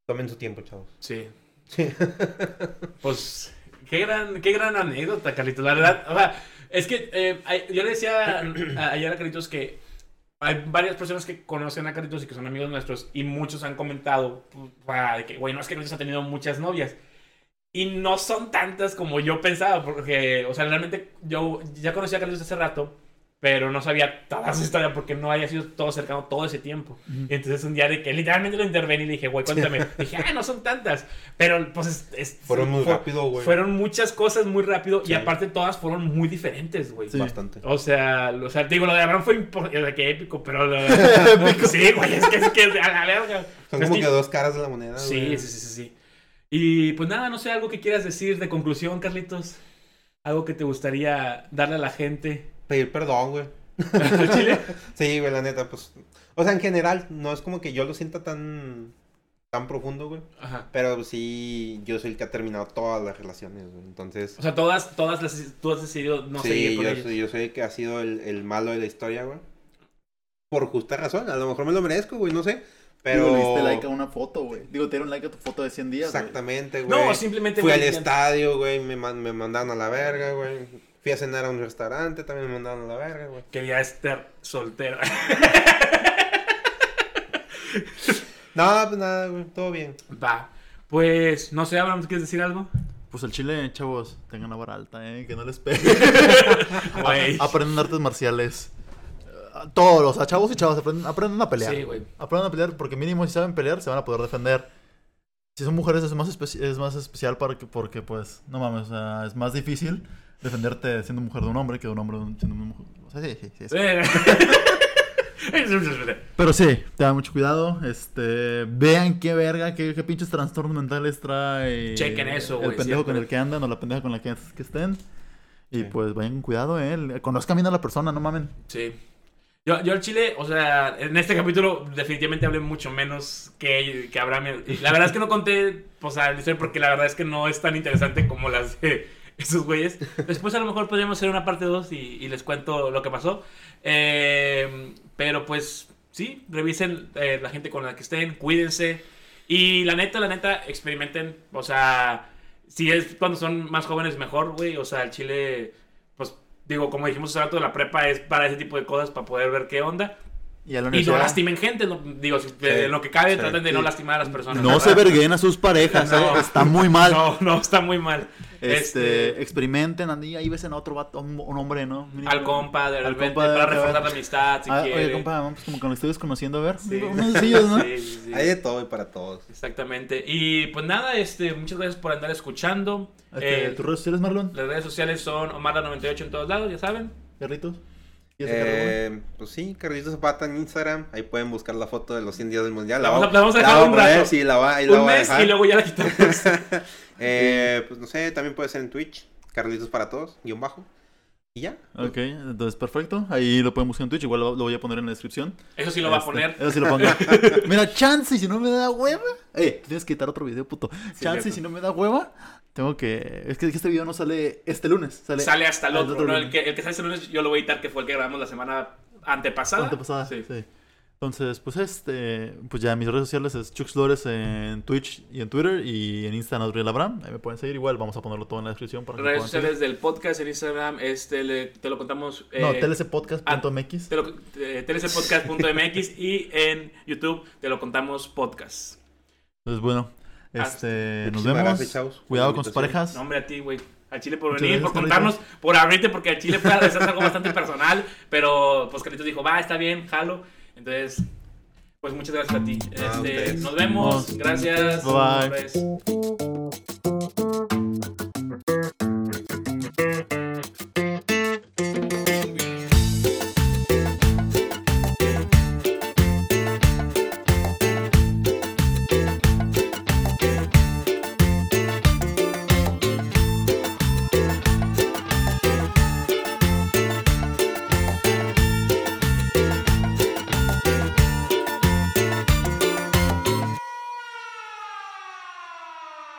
Tomen su tiempo, chavos.
Sí.
Sí.
Pues, qué gran, qué gran anécdota, Carlitos. La verdad, o sea, es que eh, ay- yo le decía a- ayer a Carlitos que hay varias personas que conocen a Carlitos y que son amigos nuestros y muchos han comentado pa, de que, güey, no es que Carlitos ha tenido muchas novias. Y no son tantas como yo pensaba, porque, o sea, realmente yo ya conocía a Carlitos hace rato, pero no sabía toda su historia porque no había sido todo cercano todo ese tiempo. Y entonces un día de que literalmente lo intervení y le dije, güey, cuéntame. dije, ah, no son tantas. Pero pues es, es-
Fueron muy
fue-
rápido, güey.
Fueron muchas cosas muy rápido
Sí.
y aparte todas fueron muy diferentes, güey.
Sí.
Bastante.
O sea, lo- o sea, te digo, lo de Abraham fue importante, o sea, que épico, pero... lo- sí, güey, es que es que a la verga.
Son
Es
como
que-
que dos caras de la moneda,
Sí, sí,
güey.
sí, sí, sí. Y pues nada, no sé, algo que quieras decir de conclusión, Carlitos. Algo que te gustaría darle a la gente.
Pedir perdón, güey.
¿Al Chile?
Sí, güey, la neta, pues. O sea, en general, no es como que yo lo sienta tan. tan profundo, güey.
Ajá.
Pero sí, yo soy el que ha terminado todas las relaciones, güey. Entonces.
O sea, todas, todas las... Tú has decidido no
sí,
seguir con
yo
ellos.
soy, yo soy el que ha sido el, el malo de la historia, güey. Por justa razón. A lo mejor me lo merezco, güey, no sé. Pero.
Digo, le diste like a una foto, güey. Digo, te dieron like a tu foto de 100 días, güey.
Exactamente, güey.
No, simplemente...
Fui
güey,
al
ya-
estadio, güey. Me, man- me mandaron a la verga, güey. Fui a cenar a un restaurante, también me mandaron a la verga, güey.
Quería estar soltera.
No, pues nada, güey. Todo bien.
Va. Pues, no sé, Abraham, ¿tú ¿quieres decir algo?
Pues al chile, chavos, tengan la vara alta, ¿eh? Que no les pegue.
Güey.
Aprendan artes marciales. Eh, Todos, o sea, chavos y chavas, aprenden, aprendan a pelear.
Sí, güey.
Aprendan a pelear porque mínimo si saben pelear se van a poder defender. Si son mujeres es más, espe- es más especial para que- porque, pues, no mames, o sea, es más difícil defenderte siendo mujer de un hombre que de un hombre de un- siendo una mujer. O sea, sí, sí, sí, sí.
Eh.
Pero sí, tengan mucho cuidado. Este, vean qué verga, qué, qué pinches trastornos mentales trae.
Chequen eso, güey,
El pendejo
siempre.
con el que andan o la pendeja con la que, que estén. Y
Sí.
pues vayan con cuidado, eh. Conozcan bien a la persona, no mamen.
Sí. Yo, yo al Chile, o sea, en este capítulo definitivamente hablé mucho menos que, que Abraham. Y La verdad es que no conté, o sea, la historia porque la verdad es que no es tan interesante como las de esos güeyes. Después a lo mejor podríamos hacer una parte 2 y, y les cuento lo que pasó. Eh, pero pues sí, revisen eh, la gente con la que estén, cuídense. Y la neta, la neta, experimenten. O sea, si es cuando son más jóvenes, mejor, güey. O sea, el Chile, pues digo, como dijimos hace rato, la prepa es para ese tipo de cosas, para poder ver qué onda.
Y a la
Y no
universidad.
lastimen gente, no- digo, si- de lo que cabe,
sí,
traten de no
sí.
lastimar a las personas.
No
¿verdad?
se verguen a sus parejas,
No.
¿eh? Está muy mal.
No, no, está muy mal.
Este, experimenten, andi, ahí ves en otro vato, un, un hombre, ¿no? Mínimo.
al compa, de
Al
repente,
compa de
para
repente.
reforzar la amistad, si
Ah,
quiere.
oye, compa, vamos, pues como que lo estoy desconociendo, a ver.
Sí.
Unos sencillos, ¿no?
Sí, sí, sí.
Hay de todo y para todos.
Exactamente. Y pues nada, este, muchas gracias por andar escuchando.
Este,
Eh,
¿Tus redes sociales, Marlon?
Las redes sociales son Omar98 en todos lados, ya saben.
¿Perritos? ¿Quieres sacar alguna?
Eh, pues sí, Carlitos Zapata en Instagram. Ahí pueden buscar la foto de los 100 días del mundial.
La vamos a-
voy-
la vamos a
la
dejar
voy
un
poner,
rato.
Sí, la, va, ahí la
Un
voy a
mes
dejar.
y luego ya la quitamos.
Eh, pues no sé, también puede ser en Twitch. Carlitos para todos, guión bajo. Y ya.
Ok, entonces perfecto. Ahí lo pueden buscar en Twitch. Igual lo, lo voy a poner en la descripción.
Eso sí lo va a
Este,
poner.
Eso sí lo pongo. Mira, chance, y si no me da hueva. Eh, tú tienes que quitar otro video, puto. chance, y
cierto.
si no me da hueva. Tengo que. Es que este video no sale este lunes. Sale,
Sale hasta el
al
otro. ¿no? El,
lunes.
que, el que sale este lunes yo lo voy a editar, que fue el que grabamos la semana antepasada.
Antepasada,
Sí.
sí. Entonces, pues este, pues ya mis redes sociales es Chux Flores en Twitch y en Twitter y en Insta Adriel Abraham. Ahí me pueden seguir igual, vamos a ponerlo todo en la descripción para que me
Redes
puedan seguir.
sociales del podcast en Instagram, este, le- te lo contamos. eh,
No, tlcpodcast.mx.
te lo- eh, TLCpodcast.mx y en YouTube te lo contamos podcast.
Entonces, bueno,
Hasta-
este, nos
Muchísimas
vemos.
gracias, chavos, por
Cuidado
la
con sus
invitación.
parejas.
No, hombre, a ti, güey. A Chile por
Muchas
venir, por
gracias,
contarnos, por abrirte, porque a Chile claro, es algo bastante personal, pero pues Carlitos dijo, va, está bien, jalo. Entonces, pues muchas gracias a ti.
Ah,
Este,
ustedes.
nos vemos,
Nos-
gracias.
Bye, bye.
Pues,